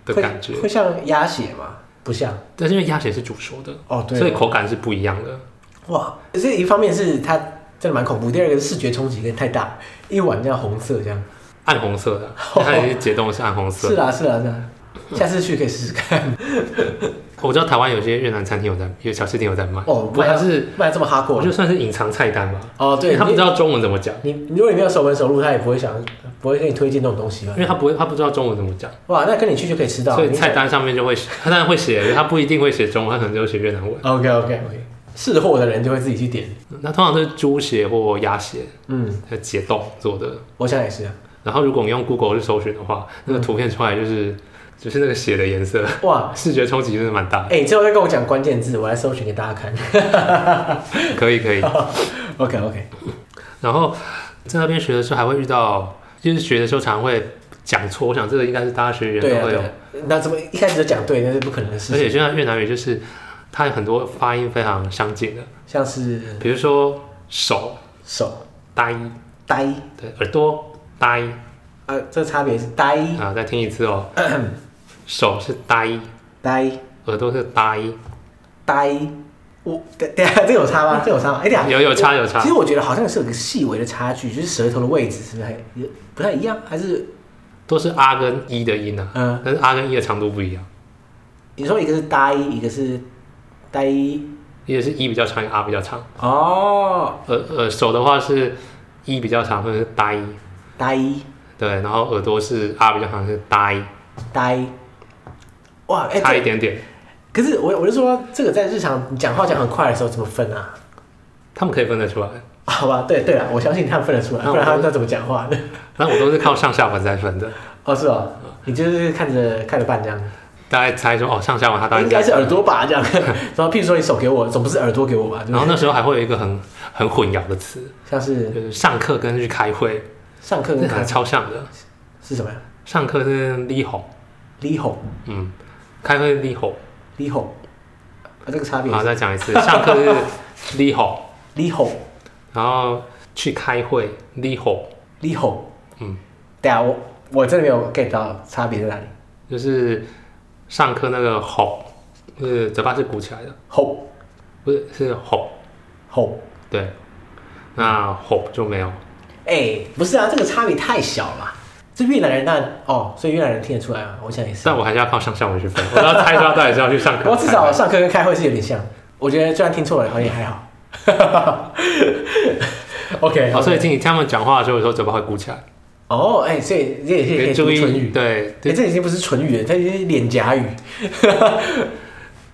Speaker 1: 的感觉
Speaker 2: 会。会像鸭血吗？不像。
Speaker 1: 但是因为鸭血是煮熟的，
Speaker 2: 哦，对。
Speaker 1: 所以口感是不一样的。
Speaker 2: 哇，这一方面是它真的蛮恐怖，第二个是视觉冲击跟太大，一碗这样红色这样。
Speaker 1: 暗红色的，因为它已经解冻是暗红色
Speaker 2: 是。啊是啊是啊，下次去可以试试 看。
Speaker 1: 我知道台湾有些越南餐厅有在，有小吃店有在卖。
Speaker 2: 哦，
Speaker 1: 不
Speaker 2: 不
Speaker 1: 过
Speaker 2: 然
Speaker 1: 它是，
Speaker 2: 不然这么哈
Speaker 1: 我
Speaker 2: 过
Speaker 1: 就。算是隐藏菜单吧。
Speaker 2: 哦，
Speaker 1: 因
Speaker 2: 对，
Speaker 1: 为他不知
Speaker 2: 你
Speaker 1: 道中文怎么讲，
Speaker 2: 你你如果你没有熟门熟路，他也不会想，不会跟你推荐这种东西吧
Speaker 1: 因？为他不会，他不知道中文怎么讲，
Speaker 2: 哇，那跟你去就可以吃到。
Speaker 1: 所以菜单上面就会，他当然会写， 他不一定会写中文，他可能就会写越南文。
Speaker 2: OK OK OK，试货的人就会自己去点。
Speaker 1: 那通常都是猪血或鸭血
Speaker 2: 嗯，
Speaker 1: 呃解冻做的。
Speaker 2: 我想也是啊。
Speaker 1: 然后如果你用 Google 去搜寻的话，那个图片出来就是、就是那个血的颜色，
Speaker 2: 哇，
Speaker 1: 视觉冲击真的蛮大的。
Speaker 2: 哎、你之后再跟我讲关键字，我来搜寻给大家看。
Speaker 1: 可以可以。
Speaker 2: OK OK，
Speaker 1: 然后在那边学的时候还会遇到，就是学的时候常会讲错，我想这个应该是大家学语言
Speaker 2: 对啊
Speaker 1: 都会
Speaker 2: 对
Speaker 1: 有。
Speaker 2: 啊，那怎么一开始就讲对，那是不可能的事
Speaker 1: 而
Speaker 2: 情。
Speaker 1: 且现在越南语就是它有很多发音非常相近的，
Speaker 2: 像是
Speaker 1: 比如说手
Speaker 2: 手
Speaker 1: 呆，
Speaker 2: 呆，
Speaker 1: 对，耳朵呆
Speaker 2: 呃，这差别是呆
Speaker 1: 啊，再听一次 哦，手是呆，
Speaker 2: 呆
Speaker 1: 耳朵是呆，
Speaker 2: 呆，我等等一下这有 差吗？这有差吗？哎、等一下
Speaker 1: 有有差有差
Speaker 2: 其。实我觉得好像是有个细微的差距，就是舌头的位置是不是还不太一样？还是
Speaker 1: 都是 R 跟 E 的音啊，
Speaker 2: 嗯，
Speaker 1: 但是 R 跟 E 的长度不一样，
Speaker 2: 你说一个是呆，一个是呆
Speaker 1: 一个是 E 比较长，一个 R 比较长。
Speaker 2: 哦，
Speaker 1: 呃呃，手的话是 E 比较长，或者是呆，
Speaker 2: 呆
Speaker 1: 对，然后耳朵是 R 比较长，是呆，
Speaker 2: 呆，哇，哎、
Speaker 1: 差一
Speaker 2: 对，
Speaker 1: 点点。
Speaker 2: 可是我我就说这个在日常你讲话讲很快的时候怎么分啊？
Speaker 1: 他们可以分得出来，
Speaker 2: 好吧，对对了，我相信他们分得出来，
Speaker 1: 那我
Speaker 2: 不然他们怎么讲话呢？
Speaker 1: 但我都是靠上下文在分的，
Speaker 2: 哦，是哦，你就是看着看着办这样。
Speaker 1: 大概猜说哦上下文他大概
Speaker 2: 应
Speaker 1: 这样
Speaker 2: 该是耳朵吧，这样。然后譬如说你手给我，总不是耳朵给我吧？对不对
Speaker 1: 然后那时候还会有一个很很混淆的词，
Speaker 2: 像是
Speaker 1: 就是上课跟去开会，
Speaker 2: 上课
Speaker 1: 那
Speaker 2: 跟
Speaker 1: 个
Speaker 2: 卡
Speaker 1: 超像的。
Speaker 2: 是什么呀？
Speaker 1: 上课是立吼，
Speaker 2: 李吼，
Speaker 1: 嗯，开会是立吼。
Speaker 2: 李吼，啊，这个差别
Speaker 1: 好，再讲一 次，上课是立吼，
Speaker 2: 李吼，
Speaker 1: 然后去开会立吼。
Speaker 2: 李吼，
Speaker 1: 嗯，
Speaker 2: 对啊，我我真的没有 get 到差别在哪里。
Speaker 1: 就是上课那个吼，就是嘴巴是鼓起来的，
Speaker 2: 吼
Speaker 1: 不是是吼，
Speaker 2: 吼，
Speaker 1: 对，那吼就没有，
Speaker 2: 哎、不是啊，这个差别太小了。这越南人那哦，所以越南人听得出来啊，我想也是。
Speaker 1: 但我还是要靠上下文 去分，我要猜出他到底是要去上课。
Speaker 2: 我至少上课跟开会是有点像，我觉得就算听错了，好像也还好。OK，
Speaker 1: 哦，所以
Speaker 2: OK
Speaker 1: 听你他们讲话的时候，有时候嘴巴会鼓起 来，
Speaker 2: 哦，哎、所以这也是可以
Speaker 1: 注
Speaker 2: 读唇
Speaker 1: 意
Speaker 2: 语。
Speaker 1: 对，
Speaker 2: 哎、这已经不是唇语了，它已经是脸颊语。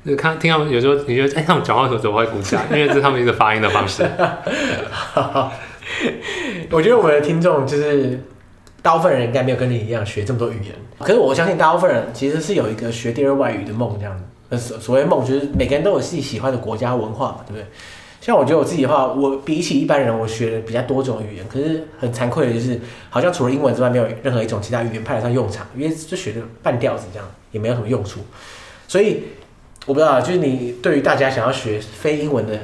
Speaker 1: 就看听他们有时候你觉得哎、他们讲话的时候嘴巴会鼓起来，因为这是他们一个发音的方式。
Speaker 2: 我觉得我们的听众就是大部分人应该没有跟你一样学这么多语言，可是我相信大部分人其实是有一个学第二外语的梦这样子。呃，所所谓梦就是每个人都有自己喜欢的国家文化嘛，对不对？像我觉得我自己的话，我比起一般人，我学的比较多种语言，可是很惭愧的就是，好像除了英文之外，没有任何一种其他语言派得上用场，因为就学的半吊子这样，也没有什么用处。所以我不知道，就是你对于大家想要学非英文的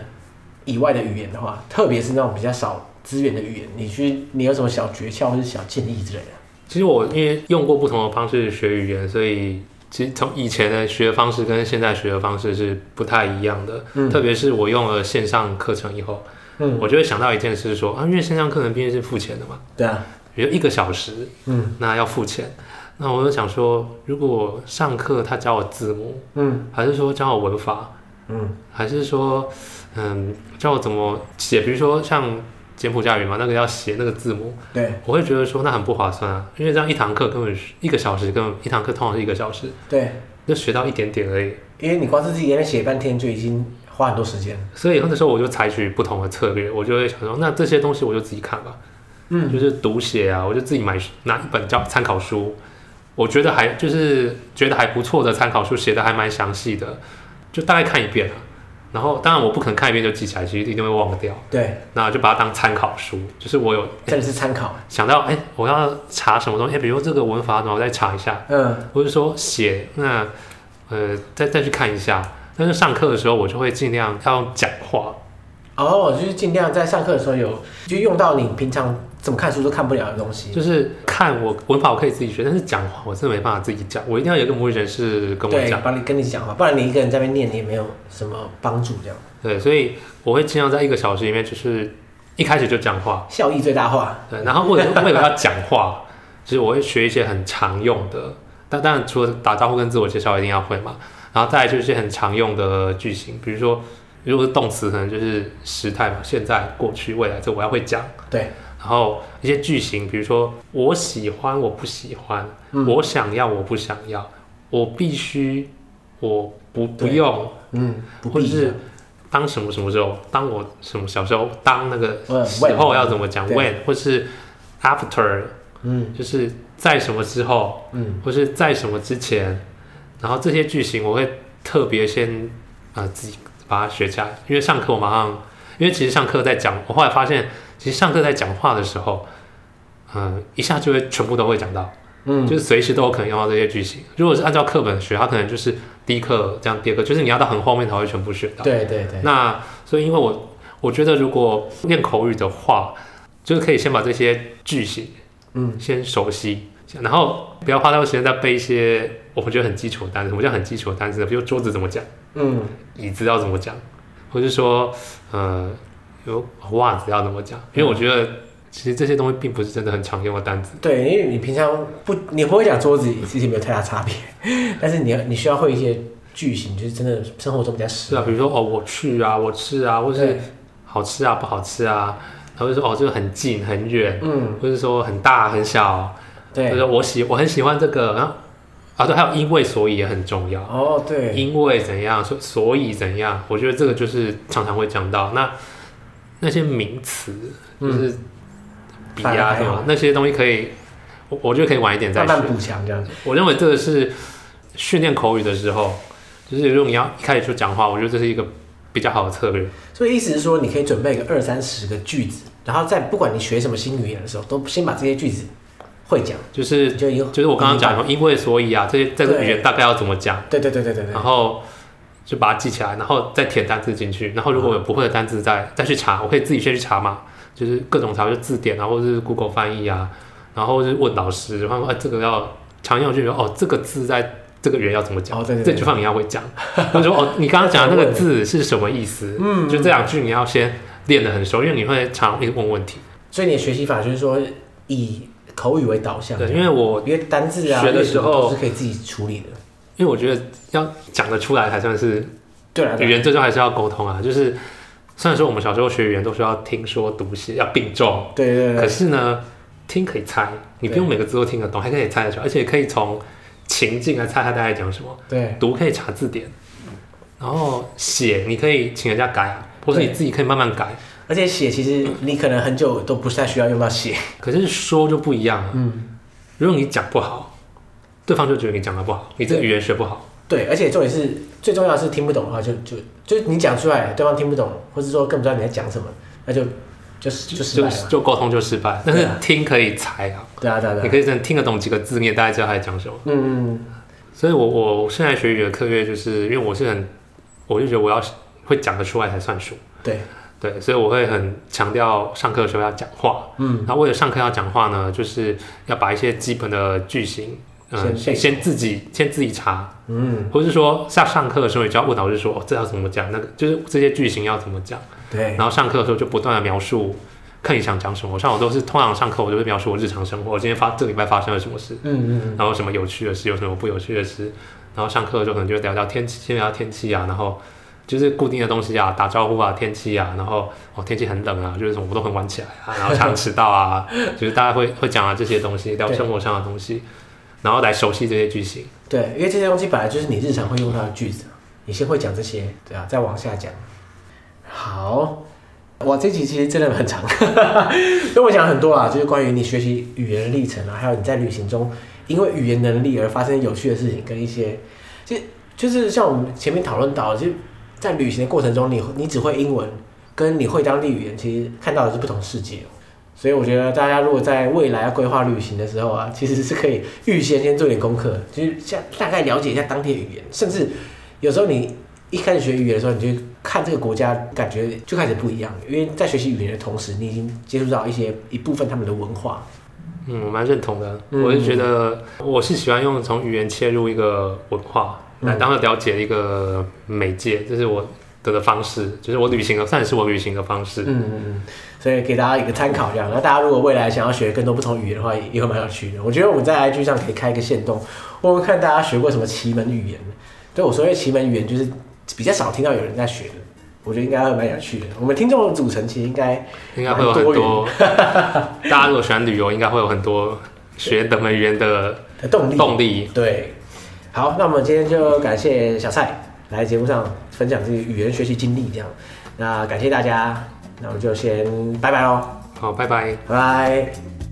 Speaker 2: 以外的语言的话，特别是那种比较少资源的语言，你去你有什么小诀窍或者小建议之类的？
Speaker 1: 其实我因为用过不同的方式学语言，所以其实从以前的学方式跟现在学的方式是不太一样的。
Speaker 2: 嗯
Speaker 1: 特别是我用了线上课程以后，
Speaker 2: 嗯，
Speaker 1: 我就会想到一件事说啊，因为线上课程毕竟是付钱的嘛，
Speaker 2: 对啊，
Speaker 1: 比如一个小时，
Speaker 2: 嗯
Speaker 1: 那要付钱。那我就想说，如果上课他教我字幕，
Speaker 2: 嗯
Speaker 1: 还是说教我文法，
Speaker 2: 嗯
Speaker 1: 还是说，嗯，教我怎么写？比如说像柬埔寨语嘛，那个要写那个字母，
Speaker 2: 对
Speaker 1: 我会觉得说那很不划算啊，因为这样一堂课根本是一个小时，根本一堂课通常是一个小时，
Speaker 2: 对，
Speaker 1: 就学到一点点而已。
Speaker 2: 因为你光是自己在那边写半天就已经花很多时间了。
Speaker 1: 所以那时候我就采取不同的策略，我就会想说，那这些东西我就自己看吧，
Speaker 2: 嗯，
Speaker 1: 就是读写啊，我就自己买拿一本叫参考书，我觉得还就是觉得还不错的参考书，写的还蛮详细的，就大概看一遍啊。然后当然我不可能看一遍就记起来，其实一定会忘掉。
Speaker 2: 对，
Speaker 1: 那就把它当参考书，就是我有
Speaker 2: 这里是参考。
Speaker 1: 想到，哎、我要查什么东西，哎、比如说这个文法，然后再查一下，
Speaker 2: 嗯，
Speaker 1: 或者说写那，呃，再再去看一下。但是上课的时候，我就会尽量要用讲话，
Speaker 2: 哦，就是尽量在上课的时候有，就用到你平常怎么看书都看不了的东西。
Speaker 1: 就是看我文法我可以自己学，但是讲话我真的没办法自己讲，我一定要有一个母语人士跟我
Speaker 2: 对
Speaker 1: 讲，。
Speaker 2: 帮你跟你讲话，不然你一个人在那边念，你也没有什么帮助，这样
Speaker 1: 对，所以我会尽量在一个小时里面，就是一开始就讲话，
Speaker 2: 效益最大化。
Speaker 1: 对，然后或者是为了要讲话，其实我会学一些很常用的，但当然除了打招呼跟自我介绍一定要会嘛，然后再来就是一些很常用的句型，比如说如果是动词，可能就是时态嘛，现在、过去、未来，这我要会讲。
Speaker 2: 对，
Speaker 1: 然后一些句型，比如说我喜欢，我不喜欢，
Speaker 2: 嗯
Speaker 1: 我想要，我不想要，我必须，我不不
Speaker 2: 对
Speaker 1: 用，
Speaker 2: 嗯，不
Speaker 1: 或者
Speaker 2: 必
Speaker 1: 是当什么什么时候，当我什么小时候，当那个
Speaker 2: 嗯
Speaker 1: 时候要怎么讲
Speaker 2: 对
Speaker 1: when，或是 after，
Speaker 2: 嗯
Speaker 1: 就是在什么之后，
Speaker 2: 嗯，
Speaker 1: 或是在什么之前，然后这些句型我会特别先啊、呃自己把它学起来，因为上课我马上，因为其实上课在讲，我后来发现，其实上课在讲话的时候，嗯、一下就会全部都会讲到，
Speaker 2: 嗯，
Speaker 1: 就是随时都有可能用到这些句型。如果是按照课本学，它可能就是第一课这样，第二课就是你要到很后面才会全部学到。
Speaker 2: 对对对，
Speaker 1: 那所以，因为我我觉得如果练口语的话，就是可以先把这些句型
Speaker 2: 嗯
Speaker 1: 先熟悉，然后不要花太多时间在背一些我觉得很基础的单词。什么叫很基础的单词呢？比如桌子怎么讲，
Speaker 2: 嗯，
Speaker 1: 椅子要怎么讲，或者说呃，有袜子要怎么讲？因为我觉得其实这些东西并不是真的很常用的单词。
Speaker 2: 对，因为你平常不你不会讲桌子，其实也没有太大差别，但是你要你需要会一些句型，就是真的生活中比较
Speaker 1: 是
Speaker 2: 实。
Speaker 1: 啊，比如说哦，我去啊，我吃啊，或是
Speaker 2: 对
Speaker 1: 好吃啊，不好吃啊，然后就说哦，这个很近很远，
Speaker 2: 嗯，
Speaker 1: 或者说很大很小。就
Speaker 2: 对，
Speaker 1: 是我喜我很喜欢这个，然后啊对，还有因为所以也很重要，
Speaker 2: 哦对，
Speaker 1: 因为怎样，所所以怎样，我觉得这个就是常常会讲到那那些名词，就是笔
Speaker 2: 嗯反而
Speaker 1: 啊
Speaker 2: 还
Speaker 1: 什
Speaker 2: 好
Speaker 1: 么那些东西可以，我我觉得可以晚一点再
Speaker 2: 慢
Speaker 1: 学
Speaker 2: 慢。补强这样。
Speaker 1: 我认为这个是训练口语的时候，就是如果你要一开始就讲话，我觉得这是一个比较好的策略。
Speaker 2: 所以意思是说，你可以准备个二三十个句子，然后在不管你学什么新语言的时候，都先把这些句子会讲，
Speaker 1: 就是
Speaker 2: 你就以后
Speaker 1: 就是我刚刚讲的，因为所以啊这些在这个
Speaker 2: 对
Speaker 1: 语言大概要怎么讲。
Speaker 2: 对对对对对对
Speaker 1: 然，后就把它记起来，然后再填单字进去。然后如果有不会的单字再再去查，我可以自己先去查嘛，就是各种查，就字典啊，或者是 Google 翻译啊，然后就是问老师，然后说哎这个要常用句说哦这个字在这个语言要怎么讲，
Speaker 2: 哦对对
Speaker 1: 这
Speaker 2: 对
Speaker 1: 句话你要会讲，或者说哦你刚刚讲的那个字是什么意思？嗯，就这两句你要先练得很熟，因为你会常一直问问题。
Speaker 2: 所以你的学习法就是说以口语为导向，
Speaker 1: 对，因为我
Speaker 2: 因为单字
Speaker 1: 嗯
Speaker 2: 啊、
Speaker 1: 学的
Speaker 2: 阅读
Speaker 1: 时候
Speaker 2: 都是可以自己处理的。
Speaker 1: 因为我觉得要讲得出来才算是
Speaker 2: 对啊，对
Speaker 1: 语
Speaker 2: 啊
Speaker 1: 言最终还是要沟通啊，就是虽然说我们小时候学语言都需要听说读写要并重，
Speaker 2: 对对对
Speaker 1: 可
Speaker 2: 对，
Speaker 1: 是呢，听可以猜，你不用每个字都听得懂，还可以猜得出来，而且可以从情境来猜他大概讲什么。
Speaker 2: 对
Speaker 1: 读可以查字典，然后写你可以请人家改啊，或是你
Speaker 2: 对
Speaker 1: 自己可以慢慢改。
Speaker 2: 而且写其实你可能很久都不太需要用到写。
Speaker 1: 可是说就不一样了，
Speaker 2: 嗯，
Speaker 1: 如果你讲不好，对方就觉得你讲的不好，你这个语言学不好。
Speaker 2: 对，而且重点是最重要的是听不懂的话就，就就你讲出来，对方听不懂，或是说更不知道你在讲什么，那就就是就失
Speaker 1: 就
Speaker 2: 败了嘛。
Speaker 1: 就沟通就失败，但是
Speaker 2: 对啊
Speaker 1: 听可以猜啊，
Speaker 2: 对啊对啊
Speaker 1: 你
Speaker 2: 对啊，
Speaker 1: 可以真的听得懂几个字，你也大概知道他在讲什么。
Speaker 2: 嗯嗯
Speaker 1: 所以我我现在学语言的课业，就是因为我是很，我就觉得我要会讲得出来才算数。
Speaker 2: 对，
Speaker 1: 对，所以我会很强调上课的时候要讲话。
Speaker 2: 嗯，
Speaker 1: 那为了上课要讲话呢，就是要把一些基本的句型，嗯，
Speaker 2: 先背
Speaker 1: 先先自己先自己查，
Speaker 2: 嗯，
Speaker 1: 或是说下上课的时候，你就要问老师说，哦，这要怎么讲，那个就是这些句型要怎么讲。
Speaker 2: 对
Speaker 1: 然，后上课的时候就不断的描述，看你想讲什么。像我都是通常上课我就会描述我日常生活，今天发这个礼拜发生了什么事，
Speaker 2: 嗯嗯，
Speaker 1: 然后什么有趣的事，有什么不有趣的事。然后上课的时候可能就会聊聊天气，先聊天气啊，然后就是固定的东西啊，打招呼啊，天气啊，然后哦天气很冷啊，就是什么我都很晚起来啊，然后常迟到啊， 就是大家会会讲啊这些东西，聊
Speaker 2: 对
Speaker 1: 生活上的东西，然后来熟悉这些句型。
Speaker 2: 对，因为这些东西本来就是你日常会用到的句子，你先会讲这些，对啊，再往下讲。好，哇，这集其实真的很长， 因为我讲了很多啊，就是关于你学习语言的历程啊，还有你在旅行中因为语言能力而发生有趣的事情，跟一些，就就是像我们前面讨论到的，就是在旅行的过程中你，你只会英文，跟你会当地语言，其实看到的是不同世界哦。所以我觉得大家如果在未来要规划旅行的时候啊，其实是可以预先先做点功课，就是像大概了解一下当地的语言，甚至有时候你一开始学语言的时候，你就看这个国家，感觉就开始不一样，因为在学习语言的同时，你已经接触到一些一部分他们的文化。
Speaker 1: 嗯，我蛮认同的。
Speaker 2: 嗯
Speaker 1: 我是觉得我是喜欢用从语言切入一个文化，
Speaker 2: 嗯
Speaker 1: 来当做了解一个媒介，这是我的的方式，就是我旅行的，算是我旅行的方式。
Speaker 2: 嗯嗯嗯，所以给大家一个参考，这样。那大家如果未来想要学更多不同语言的话，也也会蛮有趣的。我觉得我们在 IG 上可以开一个线动，问问看大家学过什么奇门语言。对我所谓奇门语言，就是比较少听到有人在学的，我觉得应该会蛮有趣的。我们听众的组成其实应该
Speaker 1: 应该会有很
Speaker 2: 蛮
Speaker 1: 多， 大家如果喜欢旅游，应该会有很多学等门语言的
Speaker 2: 的呃动力。
Speaker 1: 动力。
Speaker 2: 对，好，那我们今天就感谢小蔡来节目上分享自己语言学习经历，这样，那感谢大家，那我们就先拜拜喽，
Speaker 1: 好，拜拜。
Speaker 2: 拜拜。